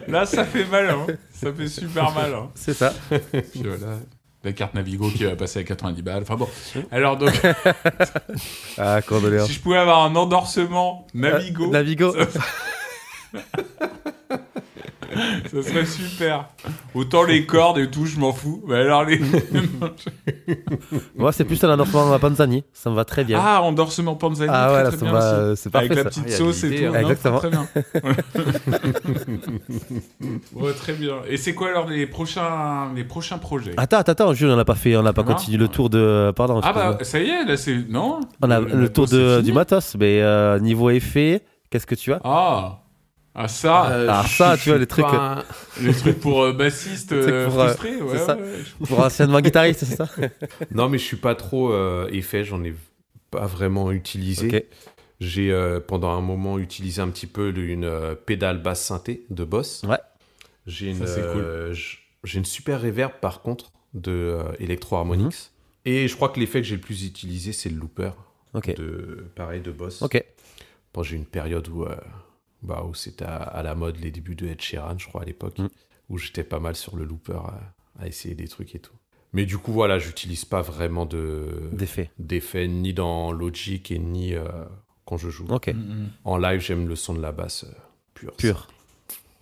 C: Là, ça fait mal. hein. Ça fait super mal. hein.
B: C'est ça.
C: Puis voilà, la carte Navigo qui va passer à 90 balles. Enfin bon. Alors donc,
B: Ah, condoléances.
C: si je pouvais avoir un endorsement Euh, Navigo,
B: Euh, Navigo.
C: ça serait super. Autant les cordes et tout, je m'en fous. Mais alors les.
B: Moi, c'est plus un endorsement à Panzani. Ça me va très bien.
C: ah, endorsement Panzani.
B: Ah,
C: très,
B: voilà,
C: très
B: ça
C: bien
B: va,
C: aussi.
B: euh, c'est parfait,
C: Avec la
B: ça.
C: petite
D: Ah, il y a de
C: sauce et
D: l'idée,
C: tout.
D: hein.
C: non,
B: Exactement.
C: Très bien. Ouais, très bien. Et c'est quoi alors les prochains, les prochains projets
B: Attends, attends, attends, Jules, on n'a pas fait, on n'a pas
C: Non.
B: continué le tour de. euh, Pardon.
C: Ah bah euh,
B: excuse-moi.
C: ça y est, là c'est. Non
B: on a le,
C: matos,
B: tour
C: c'est
B: de,
C: fini.
B: du matos, mais euh, niveau effet, qu'est-ce que tu as
C: Ah Ah ça
D: Euh,
B: Ah,
D: je-
B: ça,
D: je
B: tu vois,
D: suis
B: les trucs, euh,
D: pas un-
C: Les trucs pour euh, bassiste
B: trucs
C: euh,
B: pour, euh,
C: frustré, ouais,
B: c'est ça.
C: ouais, je-
B: Pour anciennement guitariste, c'est ça
D: Non, mais je suis pas trop euh, effet, j'en ai pas vraiment utilisé.
B: Ok.
D: J'ai euh, pendant un moment utilisé un petit peu le- une euh, pédale basse synthé de Boss.
B: Ouais.
D: J'ai une,
C: Ça, c'est cool.
D: euh, j- j'ai une super reverb par contre de euh, Electro Harmonix. Et je crois que l'effet que j'ai le plus utilisé, c'est le looper.
B: Mhm. Ok.
D: De, pareil de Boss.
B: Ok.
D: Bon, j'ai eu une période où, euh, bah, où c'était à, à la mode les débuts de Ed Sheeran, je crois, à l'époque,
B: Mm.
D: où j'étais pas mal sur le looper euh, à, à essayer des trucs et tout. Mais du coup, voilà, j'utilise pas vraiment de
B: D'effet.
D: d'effets ni dans Logic et ni euh, quand je joue.
B: Ok.
C: Mm, mm.
D: En live, j'aime le son de la basse euh, pure.
B: Pur.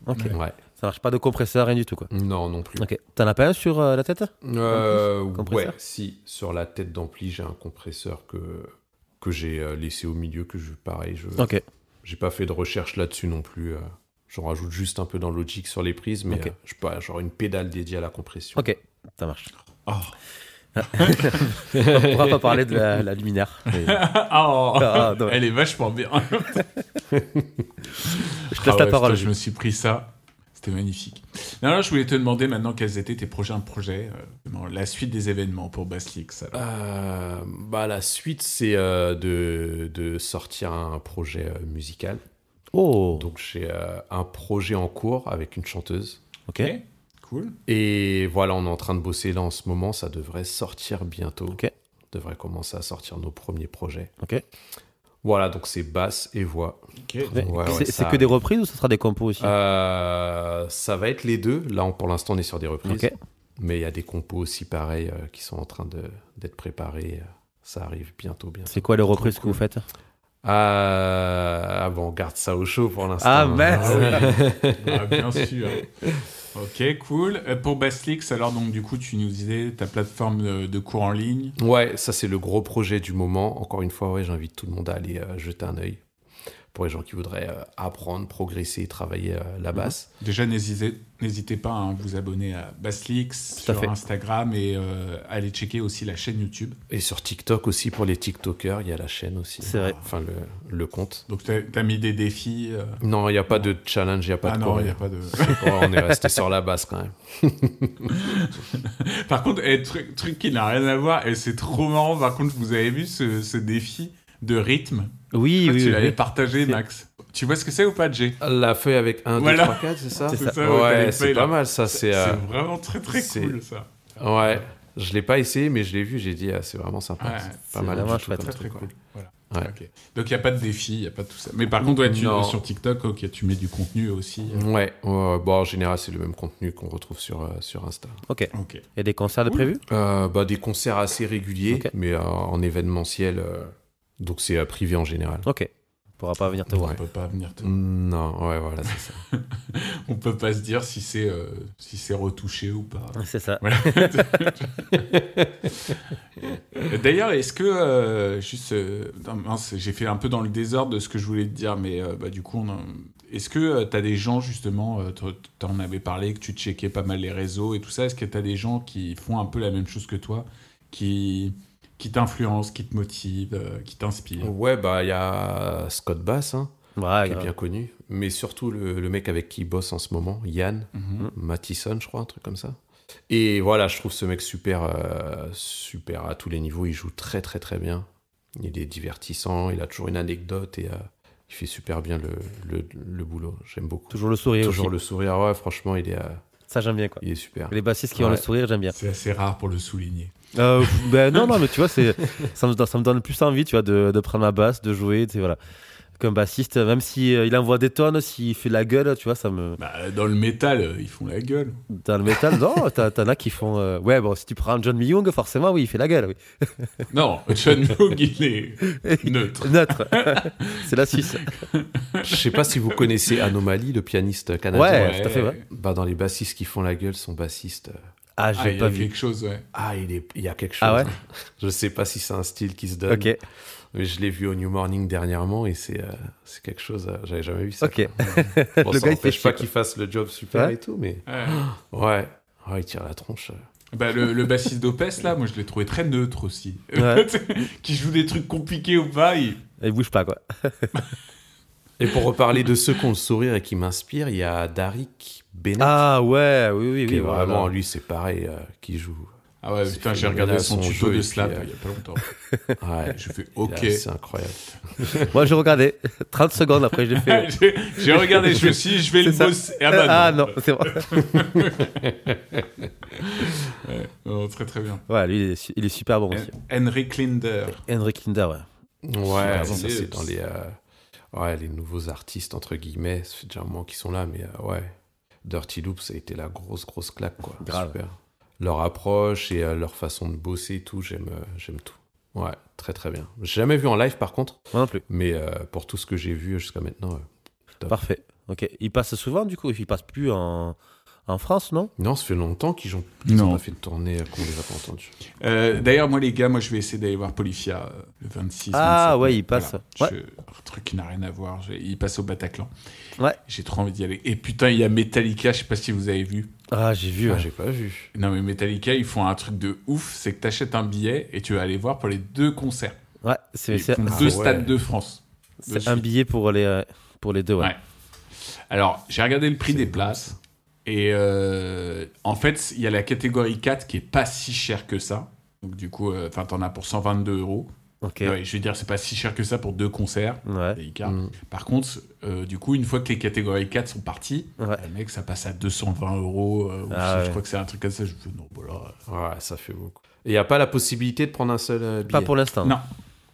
B: Ok.
D: Ouais.
B: Ça marche pas de compresseur, rien du tout, quoi.
D: Non, non plus.
B: Ok. T'en as pas un sur euh, la tête
D: Euh, ouais,
B: Compresseur
D: si. Sur la tête d'ampli, j'ai un compresseur que que j'ai euh, laissé au milieu que je pareil, je
B: Ok.
D: J'ai pas fait de recherche là-dessus non plus. euh, J'en rajoute juste un peu dans Logic sur les prises, mais
B: Ok.
D: euh, je sais pas, genre une pédale dédiée à la compression.
B: Oh. Ok. Ça marche.
C: Ah.
B: On pourra pas parler de la, la luminaire. Mais
C: Oh,
B: Ah, non.
C: elle est vachement bien. Ah
B: Je te laisse la
C: ouais,
B: parole.
C: putain, je me suis pris ça. C'était magnifique. Non, alors, je voulais te demander maintenant quels étaient tes prochains projets, euh, vraiment, la suite des événements pour Baslix. alors.
D: Euh, bah, la suite, c'est euh, de, de sortir un projet euh, musical.
B: Oh,
D: Donc, j'ai euh, un projet en cours avec une chanteuse.
B: ok.
C: Ok, cool.
D: Et voilà, on est en train de bosser là en ce moment. Ça devrait sortir bientôt.
B: Ok.
D: On devrait commencer à sortir nos premiers projets.
B: Ok.
D: Voilà, donc c'est basse et voix.
C: Ok.
B: Mais
D: Ouais,
B: c'est
D: ouais,
B: c'est
D: ça-
B: que des reprises ou ce sera des compos aussi
D: Euh, ça va être les deux. Là, on- pour l'instant, on est sur des reprises.
B: Ok.
D: Mais il y a des compos aussi pareils euh, qui sont en train de- d'être préparés. Euh, Ça arrive bientôt, bientôt.
B: C'est quoi les reprises que vous faites
D: Ah, ah bon, on garde ça au chaud pour l'instant.
B: Ah, mince.
C: Ah, bien sûr. Ok, cool. Euh, pour Baslix, alors, donc, du coup, tu nous disais ta plateforme euh, de cours en ligne.
D: Ouais, ça c'est le gros projet du moment. Encore une fois, ouais, j'invite tout le monde à aller euh, jeter un œil pour les gens qui voudraient euh, apprendre, progresser et travailler euh,
B: Mhm.
D: la basse.
C: Déjà, n'hésitez n'hésitez pas hein, à vous abonner à Baslix
B: Tout à
C: sur
B: fait.
C: Instagram et euh, aller checker aussi la chaîne YouTube.
D: Et sur TikTok aussi, pour les TikTokers, il y a la chaîne aussi.
B: C'est vrai.
D: Enfin, le, le compte.
C: Donc, tu as, mis des défis. euh,
D: Non, il n'y a pas de challenge, il n'y a pas
C: ah
D: de
C: non, il
D: choré.
C: n'y a pas de.
D: Ouais, on est resté sur la basse quand même.
C: Par contre, eh, truc, truc qui n'a rien à voir, et c'est trop marrant. Par contre, vous avez vu ce, ce défi de rythme
B: Oui,
C: Toi,
B: oui,
C: Tu
B: oui,
C: l'avais
B: oui.
C: partagé,
B: C'est-
C: Max. Tu vois ce que c'est ou pas, Jay
D: La feuille avec 1, 2,
C: Voilà.
D: 3, 4, c'est ça
B: C'est ça.
C: ouais, t'as les
D: Ouais,
C: feuilles,
D: c'est pas
C: là.
D: mal ça. C'est,
C: C'est
D: euh,
C: vraiment très très
D: c'est-
C: cool ça.
D: ouais, je l'ai pas essayé, mais je l'ai vu, j'ai dit, ah, c'est vraiment sympa.
C: Ouais,
D: c'est
B: c'est
D: pas mal.
B: vraiment
D: du tout
B: chouette.
D: comme
C: Très
D: truc,
C: très
D: quoi.
C: cool. Voilà.
D: Ouais.
C: Ok. Donc il n'y a pas de défi, il n'y a pas tout ça. Mais par contre, ouais, tu-
D: Non. Mm.
C: sur TikTok, ok, tu mets du contenu aussi.
D: Ouais, ouais, ouais. bon, en général, c'est le même contenu qu'on retrouve sur, euh, sur Insta.
B: Ok.
C: Ok.
B: Il y a des concerts de
C: Cool.
B: prévus
D: Euh, bah, des concerts assez réguliers,
B: Ok.
D: mais euh, en événementiel, euh, donc c'est euh, privé en général.
B: Ok. On pourra pas venir te
C: On
B: voir.
D: Ouais. Mm.
C: peut pas venir. te-
D: Non, ouais, voilà, c'est ça.
C: On peut pas se dire si c'est euh, si c'est retouché ou pas.
B: C'est ça.
C: Voilà. D'ailleurs, est-ce que euh, juste, euh, non, mince, j'ai fait un peu dans le désordre de ce que je voulais te dire, mais euh, bah, du coup, on en- est-ce que tu as des gens justement, euh, t'en- t'en avais parlé, que tu checkais pas mal les réseaux et tout ça, est-ce que tu as des gens qui font un peu la même chose que toi, qui qui t'influencent, qui te motivent, euh, qui t'inspirent
B: Oh.
D: ouais, bah, il y a Scott Bass, hein,
B: Ouais,
D: qui est
B: grave.
D: bien connu, mais surtout le, le mec avec qui il bosse en ce moment, Yann
C: Mhm.
D: Mattison, je crois, un truc comme ça. Et voilà, je trouve ce mec super, euh, super à tous les niveaux. Il joue très, très, très bien. Il est divertissant, il a toujours une anecdote et euh, il fait super bien le, le, le boulot. J'aime beaucoup.
B: Toujours le sourire.
D: Toujours
B: aussi.
D: le sourire, ouais, franchement, il est, euh,
B: Ça, j'aime bien, quoi.
D: il est super.
B: Les bassistes qui ont
D: Ouais.
B: le sourire, j'aime bien.
C: C'est assez rare pour le souligner.
B: Euh, pff, ben non, non, mais tu vois, c'est, ça, me, donne- ça me donne plus envie, tu vois, de, de prendre ma basse, de jouer, tu sais, voilà. Comme bassiste, même si euh, il envoie des tonnes, s'il fait de la gueule, tu vois, ça me.
C: Bah, dans le métal, euh, ils font la gueule.
B: Dans le métal, non, t'as- t'en as qui font. euh, Ouais, bon, si tu prends John Myung, forcément, oui, il fait la gueule, oui.
C: Non, John Moog, il est neutre.
B: Neutre. c'est la Suisse.
D: Je sais pas si vous connaissez Anomaly, le pianiste canadien.
B: Ouais, tout à fait, ouais.
D: Bah, dans les bassistes qui font la gueule, son bassiste. euh,
B: Ah,
C: Ah,
B: j'ai
C: il y
B: pas
C: a
B: vu.
C: quelque chose, ouais.
D: Ah, il, est... il y a quelque chose.
B: Ah ouais
D: Je sais pas si c'est un style qui se donne.
B: Ok,
D: Mais je l'ai vu au New Morning dernièrement et c'est euh, c'est quelque chose. euh, J'avais jamais vu ça.
B: ok.
D: Bon,
B: Le gars,
D: ça
B: il fait
D: n'empêche
B: chier,
D: pas
B: quoi.
D: qu'il fasse le job super
B: Ouais.
D: et tout, mais
C: Ouais.
D: ouais. Ah, il tire la tronche. euh.
C: Bah, le, le bassiste d'Opes, là, moi, je l'ai trouvé très neutre aussi.
B: Ouais.
C: qui joue des trucs compliqués ou pas, il...
B: Il bouge pas, quoi.
D: Et pour reparler de ceux qui ont le sourire et qui m'inspirent, il y a Darik Bennett.
B: Ah, ouais, oui, oui,
D: qui
B: oui.
D: est
B: voilà.
D: vraiment, lui, c'est pareil, euh, qui joue.
C: Ah ouais,
D: C'est
C: putain, j'ai
D: phénoménal,
C: regardé son
D: son
C: tuto
D: jeu, et
C: de
D: puis,
C: slap
D: euh,
C: il y a pas longtemps.
D: Ouais.
C: Je fais OK.
D: Il a- C'est incroyable.
B: Moi, j'ai regardé. 30 secondes après, j'ai fait.
C: j'ai j'ai regardé, je me suis dit, je vais
B: C'est
C: le
B: ça.
C: bosser. Ah,
B: Euh,
C: bah,
B: Ah, non, c'est bon.
C: Ouais. Non, très très bien.
B: Ouais, lui, il est, su- il est super bon aussi.
C: Henry Klinder.
B: Henry Kinder, ouais.
D: Ouais,
C: Super
D: ça
C: bon.
D: c'est dans les, euh, ouais, les nouveaux artistes, entre guillemets. Ça fait déjà un moment qu'ils sont là, mais euh, ouais. Dirty Loop, ça a été la grosse, grosse claque, quoi.
B: Grave.
D: Super. Leur approche et euh, leur façon de bosser et tout, j'aime euh, j'aime tout. Ouais, très très bien. J'ai jamais vu en live par contre,
B: Moi non plus.
D: mais euh, pour tout ce que j'ai vu jusqu'à maintenant, euh, Top.
B: Parfait. Ok. Il passe souvent du coup. Il passe plus en, en France, non
D: Non, ça fait longtemps qu'ils ont qu'ils
C: Non.
D: ont pas fait de tournée, euh, qu'on les a pas entendus.
C: Euh, D'ailleurs, moi, les gars, moi, je vais essayer d'aller voir Polyphia euh, le 26.
B: Ah,
C: 27,
B: ouais, il passe.
C: Voilà. Je- Un truc qui n'a rien à voir. j'ai- Il passe au Bataclan.
B: Ouais.
C: J'ai trop envie d'y aller. Et putain, il y a Metallica. Je sais pas si vous avez vu.
B: Ah, j'ai vu.
D: Ah,
B: ouais.
D: j'ai pas vu.
C: Non, mais Metallica, ils font un truc de ouf. C'est que t'achètes un billet et tu vas aller voir pour les deux concerts.
B: Ouais, c'est
C: Ils
B: c'est-
C: font deux
D: ah ouais.
C: stades de France.
B: c'est
C: dessus.
B: un billet pour les, euh, pour les deux, ouais.
C: Ouais. Alors, j'ai regardé le prix
D: C'est
C: des
D: bon,
C: places. Et euh, en fait, il y a la catégorie 4 qui est pas si chère que ça. Donc, du coup, euh, enfin, t'en as pour 122 euros.
B: Ok.
C: Ouais, je veux dire, c'est pas si cher que ça pour deux concerts.
B: Ouais.
C: des Icars.
D: Mm.
C: Par contre, euh, du coup, une fois que les catégories 4 sont parties,
B: Ouais.
C: le mec, ça passe à 220 euros. euh, ou
B: Ah
C: si-
B: ouais.
C: Je crois que c'est un truc comme ça. Je me dis, non, voilà.
D: Ouais, ça fait beaucoup. Il n'y a pas la possibilité de prendre un seul euh, billet.
B: Pas pour l'instant.
C: Non.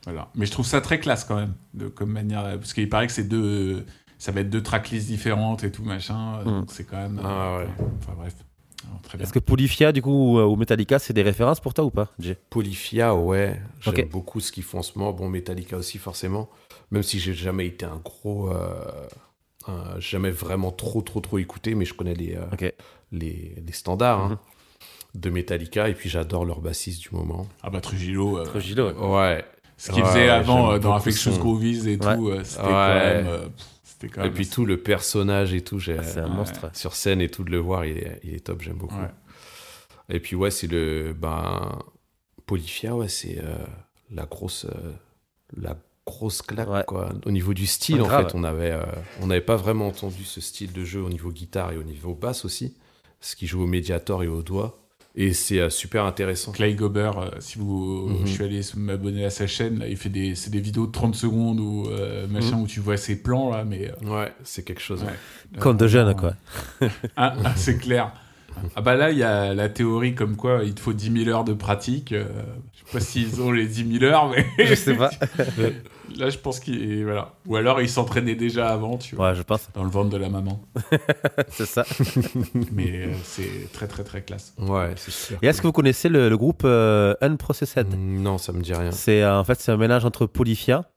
C: Voilà. Mais je trouve ça très classe quand même, de, comme manière. Parce qu'il paraît que c'est deux. Ça va être deux tracklists différentes et tout, machin. euh,
B: Mm.
C: Donc c'est quand même. euh,
D: Hmm. Ah ouais.
C: Enfin bref. Alors, très bien.
B: Est-ce que Polyphia, du coup, ou, euh, ou Metallica, c'est des références pour toi ou pas, Jay
D: Polyphia, ouais. J'aime
B: Ok.
D: beaucoup ce qu'ils font en ce moment. Bon, Metallica aussi, forcément. Même si j'ai jamais été un gros. euh, un- jamais vraiment trop, trop, trop écouté, mais je connais les, euh,
B: Ok. Mhm.
D: les, les standards hein, de Metallica. Et puis j'adore leur bassiste du moment.
C: Ah bah Trujillo. euh,
B: Trujillo, ouais.
D: Ouais.
C: ce qu'il
D: Ouais,
C: faisait
D: ouais,
C: avant
D: j'aime
C: euh, dans
D: beaucoup
C: Affectious
D: son-
C: Groovies et
B: Ouais.
C: tout, euh, c'était
D: Ouais.
C: quand même. euh, pff, c'était quand
D: Et
C: même.
D: puis tout le personnage et tout, j'ai
B: Ah, C'est un
C: Ouais.
B: monstre.
D: sur scène et tout de le voir, il est, il est top, j'aime beaucoup.
C: Ouais.
D: Et puis ouais, c'est le ben Polyphia, ouais, c'est euh, la grosse euh, la grosse claque
B: Ouais.
D: quoi. Au niveau du style, en
B: Grave.
D: fait, on avait euh, on n'avait pas vraiment entendu ce style de jeu au niveau guitare et au niveau basse aussi, ce qui joue au médiator et au doigt. Et c'est euh, super intéressant.
C: Clay Gober, euh, si vous,
D: Mhm.
C: je suis allé s- m'abonner à sa chaîne, là, il fait des, c'est des vidéos de 30 secondes ou euh, machin
D: Mhm.
C: où tu vois ses plans là, mais euh,
D: Ouais, c'est quelque chose.
C: Ouais.
B: Comme de jeunes, quoi.
C: ah, ah, c'est clair. Ah bah là, il y a la théorie comme quoi il te faut 10 000 heures de pratique. euh, je sais pas s'ils ont les 10 000 heures, mais
B: Je sais pas.
C: là, je pense qu'il voilà. Ou alors il s'entraînait déjà avant, tu vois,
B: Ouais, je pense.
C: dans le ventre de la maman.
B: C'est ça.
C: Mais euh, c'est très très très classe.
D: Ouais, c'est super.
B: Et est-ce que vous connaissez le, le groupe euh, Unprocessed
D: Mm, Non, ça me dit rien.
B: C'est euh, en fait c'est un mélange entre Polyphia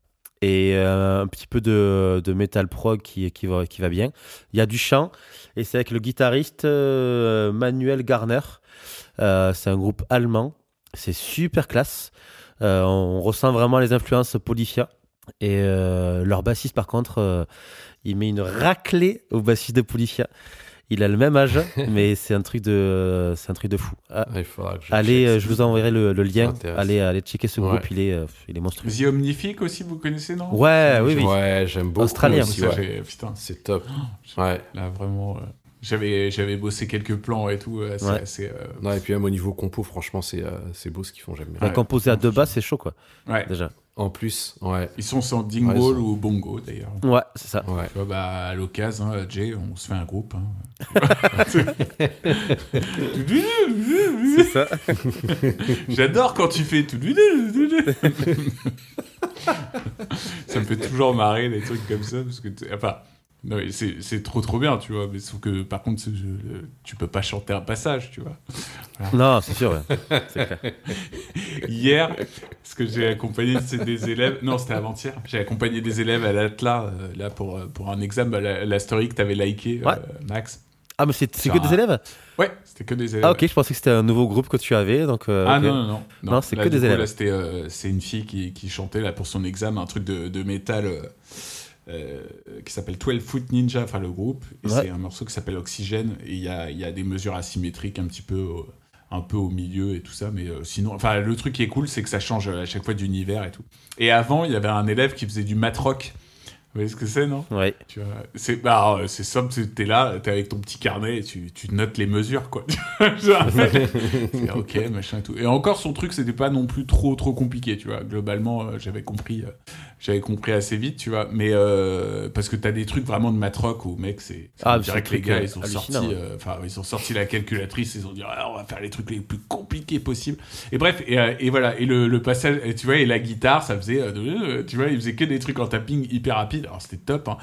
B: et euh, un petit peu de, de metal prog qui, qui, va, qui va bien. Il y a du chant et c'est avec le guitariste euh, Manuel Garner. Euh, c'est un groupe allemand. C'est super classe. Euh, on, on ressent vraiment les influences Polyphia. Et euh, leur bassiste par contre, euh, il met une raclée au bassiste de Polyphia. Il a le même âge, mais c'est un truc de, c'est un truc de fou. Ah,
D: Ouais, il faudra que je
B: Allez,
D: check
B: euh,
D: ça.
B: je vous enverrai le, le lien.
D: m'intéresse.
B: Allez, allez checker ce
D: Ouais.
B: groupe, il est, euh, il est monstrueux.
C: The Omnifique aussi, vous connaissez, non
B: Ouais, Ah oui, oui.
D: Ouais, j'aime beaucoup.
B: Australien.
D: aussi,
C: Ça,
D: ouais.
C: j'ai- Putain,
D: C'est
B: Oh,
D: top. Ouais.
C: Là, vraiment, euh, j'avais, j'avais bossé quelques plans et tout. euh, c'est
B: Ouais.
C: assez, euh,
D: Non, et puis même au niveau compo, franchement, c'est euh, c'est beau ce qu'ils font, j'aime bien.
B: Un
C: Ouais.
B: Bah, composé à deux basses, c'est chaud, quoi,
C: ouais.
B: déjà.
D: En plus, ouais.
C: Ils sont sans Dingwall
D: Ouais, ils sont-
C: ou Bongo, d'ailleurs.
B: Ouais, c'est ça.
D: Ouais.
C: Tu vois, bah, à l'occasion, hein, Jay, on se fait un groupe. hein.
B: ça.
C: J'adore quand tu fais tout. ça me fait toujours marrer les trucs comme ça. Parce que t'es- enfin, non, mais c'est, c'est trop trop bien, tu vois. Mais sauf que par contre, c'est- je- le- tu peux pas chanter un passage, tu vois.
B: Non, c'est sûr, ouais. C'est clair.
C: Hier, parce que j'ai accompagné c'est des élèves. Non, c'était avant-hier. J'ai accompagné des élèves à l'Atlas, euh, là, pour, euh, pour un examen, la, la story que t'avais liké, euh,
B: Ouais.
C: Max.
B: Ah, mais c'est c'est
C: Ça
B: que des
C: va.
B: élèves
C: Ouais, c'était que des élèves.
B: Ah, ok, je pensais que c'était un nouveau groupe que tu avais, donc. euh,
C: Ah
B: ok.
C: non, non, non.
B: Non, c'est
C: Là,
B: que
C: du
B: des
C: coup,
B: élèves.
C: Là, c'était, euh, c'est une fille qui, qui chantait là, pour son examen un truc de, de métal euh, euh, qui s'appelle 12 Foot Ninja, enfin le groupe. Et
B: Ouais.
C: c'est un morceau qui s'appelle Oxygène. Et il y a, il y a des mesures asymétriques un petit peu. au- un peu au milieu et tout ça, mais euh, sinon, enfin, le truc qui est cool, c'est que ça change euh, à chaque fois d'univers et tout. Et avant, il y avait un élève qui faisait du matrock. Vous voyez ce que c'est, non
B: Ouais.
C: tu vois, c'est bah, alors, euh, c'est simple, c'est- t'es là, t'es avec ton petit carnet et tu, tu notes les mesures, quoi. Genre, c'est ok, machin et tout. Et encore, son truc, c'était pas non plus trop, trop compliqué, tu vois. Globalement, euh, j'avais compris, euh, j'avais compris assez vite, tu vois. Mais euh, parce que t'as des trucs vraiment de matroc où, mec, c'est. c'est-
B: Ah,
C: on dirait
B: c'est
C: que les
B: un truc,
C: gars,
B: euh,
C: ils sont sortis,
B: hallucinant, ouais.
C: euh, enfin, ils ont sorti la calculatrice, ils ont dit, Ah, on va faire les trucs les plus compliqués possibles. Et bref, et, euh, et voilà, et le, le passage, et tu vois, et la guitare, ça faisait, euh, de- euh, tu vois, il faisait que des trucs en tapping hyper rapide. Alors c'était top, hein.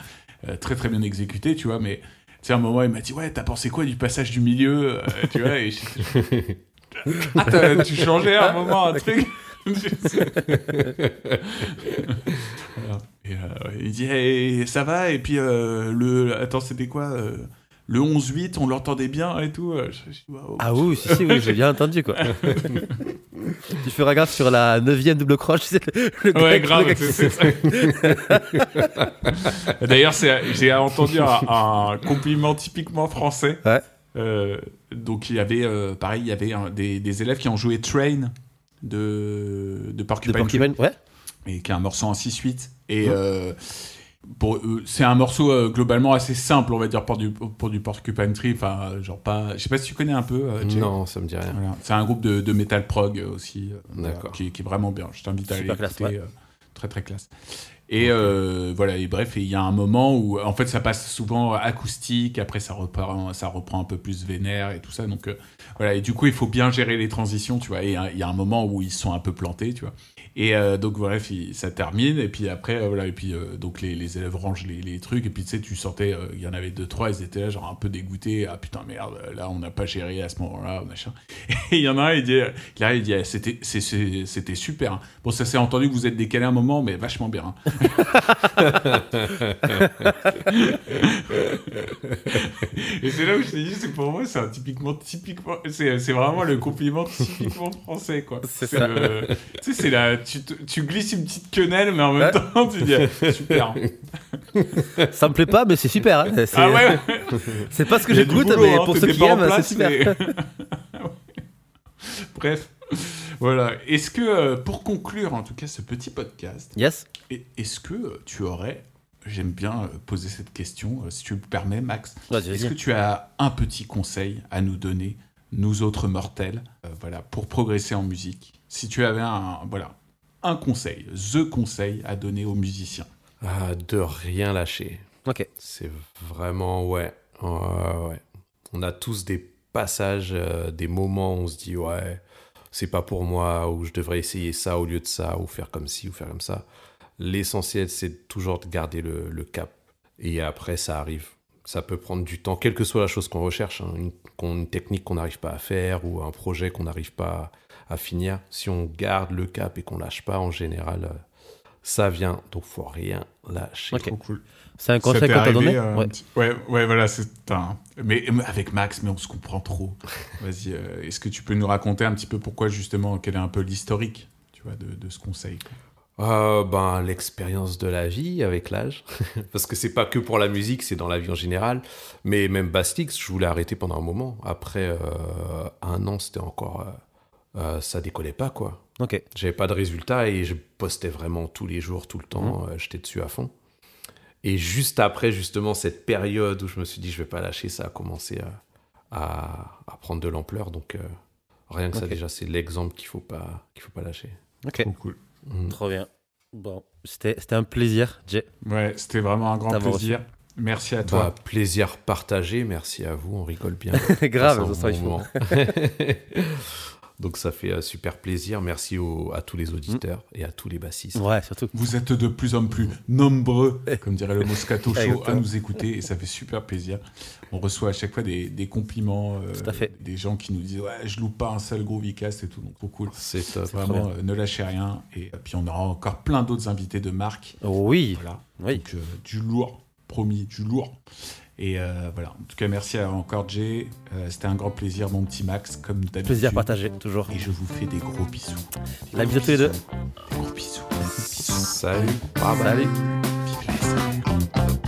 C: Euh, très très bien exécuté, tu vois, mais tu sais, à un moment, il m'a dit, ouais, t'as pensé quoi du passage du milieu, euh, tu vois, et j'étais- ah, t'as- tu changeais à un moment un truc. Voilà. Et, euh, il dit, Eh, ça va, et puis euh, le, attends, c'était quoi euh, le 11-8, on l'entendait bien et tout. euh, je- je- waouh.
B: Ah oui, si, si, oui, j'ai bien entendu quoi. tu feras gaffe sur la 9 double croche, c'est le, le
C: Ouais,
B: grec-
C: grave.
B: le grec-
C: c'est- c'est ça. D'ailleurs, c'est- j'ai entendu un, un compliment typiquement français.
B: Ouais.
C: Euh, donc, il y avait, euh, pareil, il y avait un- des, des élèves qui ont joué Train de, de
B: de
C: Porcupine Tree,
B: Porcupine, ouais.
C: et qui est un morceau en 6-8. Et euh, pour eux, c'est un morceau euh, globalement assez simple, on va dire, pour du, pour du Porcupine Tree. Enfin, genre pas. Je sais pas si tu connais un peu. euh, Jay.
D: Non, ça me dit rien.
C: Voilà. C'est un groupe de, de metal prog euh, aussi, euh,
D: D'accord.
C: voilà, qui, qui est vraiment bien. Je t'invite à aller
B: Super classe,
C: écouter, euh, très très classe. Et euh, voilà, et bref, et il y a un moment où, en fait, ça passe souvent acoustique, après ça reprend, ça reprend un peu plus vénère et tout ça. Donc euh, voilà, et du coup, il faut bien gérer les transitions, tu vois. Et euh, il y a un moment où ils sont un peu plantés, tu vois. Et euh, donc, bref, il- ça termine, et puis après, euh, voilà, et puis euh, donc les, les élèves rangent les, les trucs, et puis tu sais, tu sortais, euh, il y en avait deux, trois, ils étaient là, genre un peu dégoûtés, ah putain, merde, là, on n'a pas géré à ce moment-là, machin. Et il y en a un, il dit, euh, là, il dit, eh, c'était c'est- c'est- c'était super. hein. Bon, ça s'est entendu que vous êtes décalé un moment, mais vachement bien. hein. Et c'est là où je t'ai dit, c'est pour moi, c'est un typiquement, typiquement, c'est c'est vraiment le compliment typiquement français, quoi.
B: C'est
C: C'est
B: ça.
C: le- Tu sais, c'est la, tu, te- tu glisses une petite quenelle, mais en même temps, tu dis, ah, super.
B: Ça me plaît pas, mais c'est super. hein. C'est
C: Ah ouais, ouais.
B: c'est pas ce que
C: Il y a
B: je
C: du
B: goûte,
C: boulot,
B: mais
C: hein,
B: pour
C: t'es
B: ceux qui
C: pas en
B: aiment, c'est
C: place,
B: super.
C: mais- Bref, voilà. Est-ce que, euh, pour conclure en tout cas ce petit podcast,
B: Yes.
C: e- est-ce que euh, tu aurais, j'aime bien euh, poser cette question, euh, si tu me permets, Max,
B: Vas-y, vas-y.
C: est-ce que tu as un petit conseil à nous donner, nous autres mortels, euh, voilà, pour progresser en musique Si tu avais un, voilà, un conseil, the conseil à donner aux musiciens.
D: Ah, de rien lâcher.
B: Ok.
D: C'est vraiment, ouais. Ouais, ouais. On a tous des passages, euh, des moments où on se dit, ouais, c'est pas pour moi, ou je devrais essayer ça au lieu de ça, ou faire comme ci, ou faire comme ça. L'essentiel, c'est toujours de garder le, le cap. Et après, ça arrive. Ça peut prendre du temps, quelle que soit la chose qu'on recherche, hein, une, qu'on- une technique qu'on n'arrive pas à faire, ou un projet qu'on n'arrive pas à finir. Si on garde le cap et qu'on lâche pas, en général, euh, ça vient. Donc, faut rien lâcher.
B: Ok.
C: Trop cool.
B: C'est un
C: Ça
B: conseil
C: t'est
B: qu'on t'a
C: arrivé,
B: donné
C: euh,
B: Ouais.
C: tu- ouais. ouais, voilà, c'est un. Mais mais avec Max, mais on se comprend trop. Vas-y, euh, est-ce que tu peux nous raconter un petit peu pourquoi, justement, quel est un peu l'historique tu vois, de, de ce conseil quoi
D: Euh, ben, l'expérience de la vie avec l'âge. Parce que c'est pas que pour la musique, c'est dans la vie en général. Mais même Bastix, je voulais arrêter pendant un moment. Après euh, un an, c'était encore. euh, euh, ça décollait pas, quoi.
B: Ok.
D: J'avais pas de résultats et je postais vraiment tous les jours, tout le temps. euh, J'étais dessus à fond. Et juste après, justement, cette période où je me suis dit, je vais pas lâcher, ça a commencé à, à- à prendre de l'ampleur. Donc, euh, rien que ça,
B: Ok.
D: déjà, c'est l'exemple qu'il faut pas, qu'il faut pas lâcher.
B: Ok.
C: Trop cool.
D: Mm.
B: Trop bien. Bon, c'était c'était un plaisir, Jay.
C: Ouais, c'était vraiment un grand
B: T'avoir
C: plaisir. Merci à
D: Bah,
C: toi.
D: plaisir partagé, merci à vous, on rigole bien.
B: Grave, ça
D: On passe un
B: sera il
D: bon
B: faut.
D: moment. Donc ça fait euh, super plaisir, merci au- à tous les auditeurs et à tous les bassistes.
B: Ouais, surtout.
C: Vous êtes de plus en plus nombreux, comme dirait le Moscato Show, à
B: Exactement.
C: nous écouter et ça fait super plaisir. On reçoit à chaque fois des, des compliments, euh,
B: Tout à fait.
C: des gens qui nous disent Ouais, je loupe pas un seul gros cast et tout, donc trop cool.
D: C'est top.
C: Vraiment, euh, ne lâchez rien. Et euh, puis, on aura encore plein d'autres invités de marque.
B: Oui.
C: Voilà.
B: Oui.
C: Donc, euh, du lourd, promis, du lourd. Et euh, voilà. En tout cas, merci à- encore, Jay. Euh, C'était un grand plaisir, mon petit Max, comme d'habitude.
B: Plaisir partagé, toujours.
C: Et je vous fais des gros bisous.
B: La bise à tous les deux.
C: Des gros bisous.
D: Salut. Bye bye.
B: Salut.
C: Vive la SAE.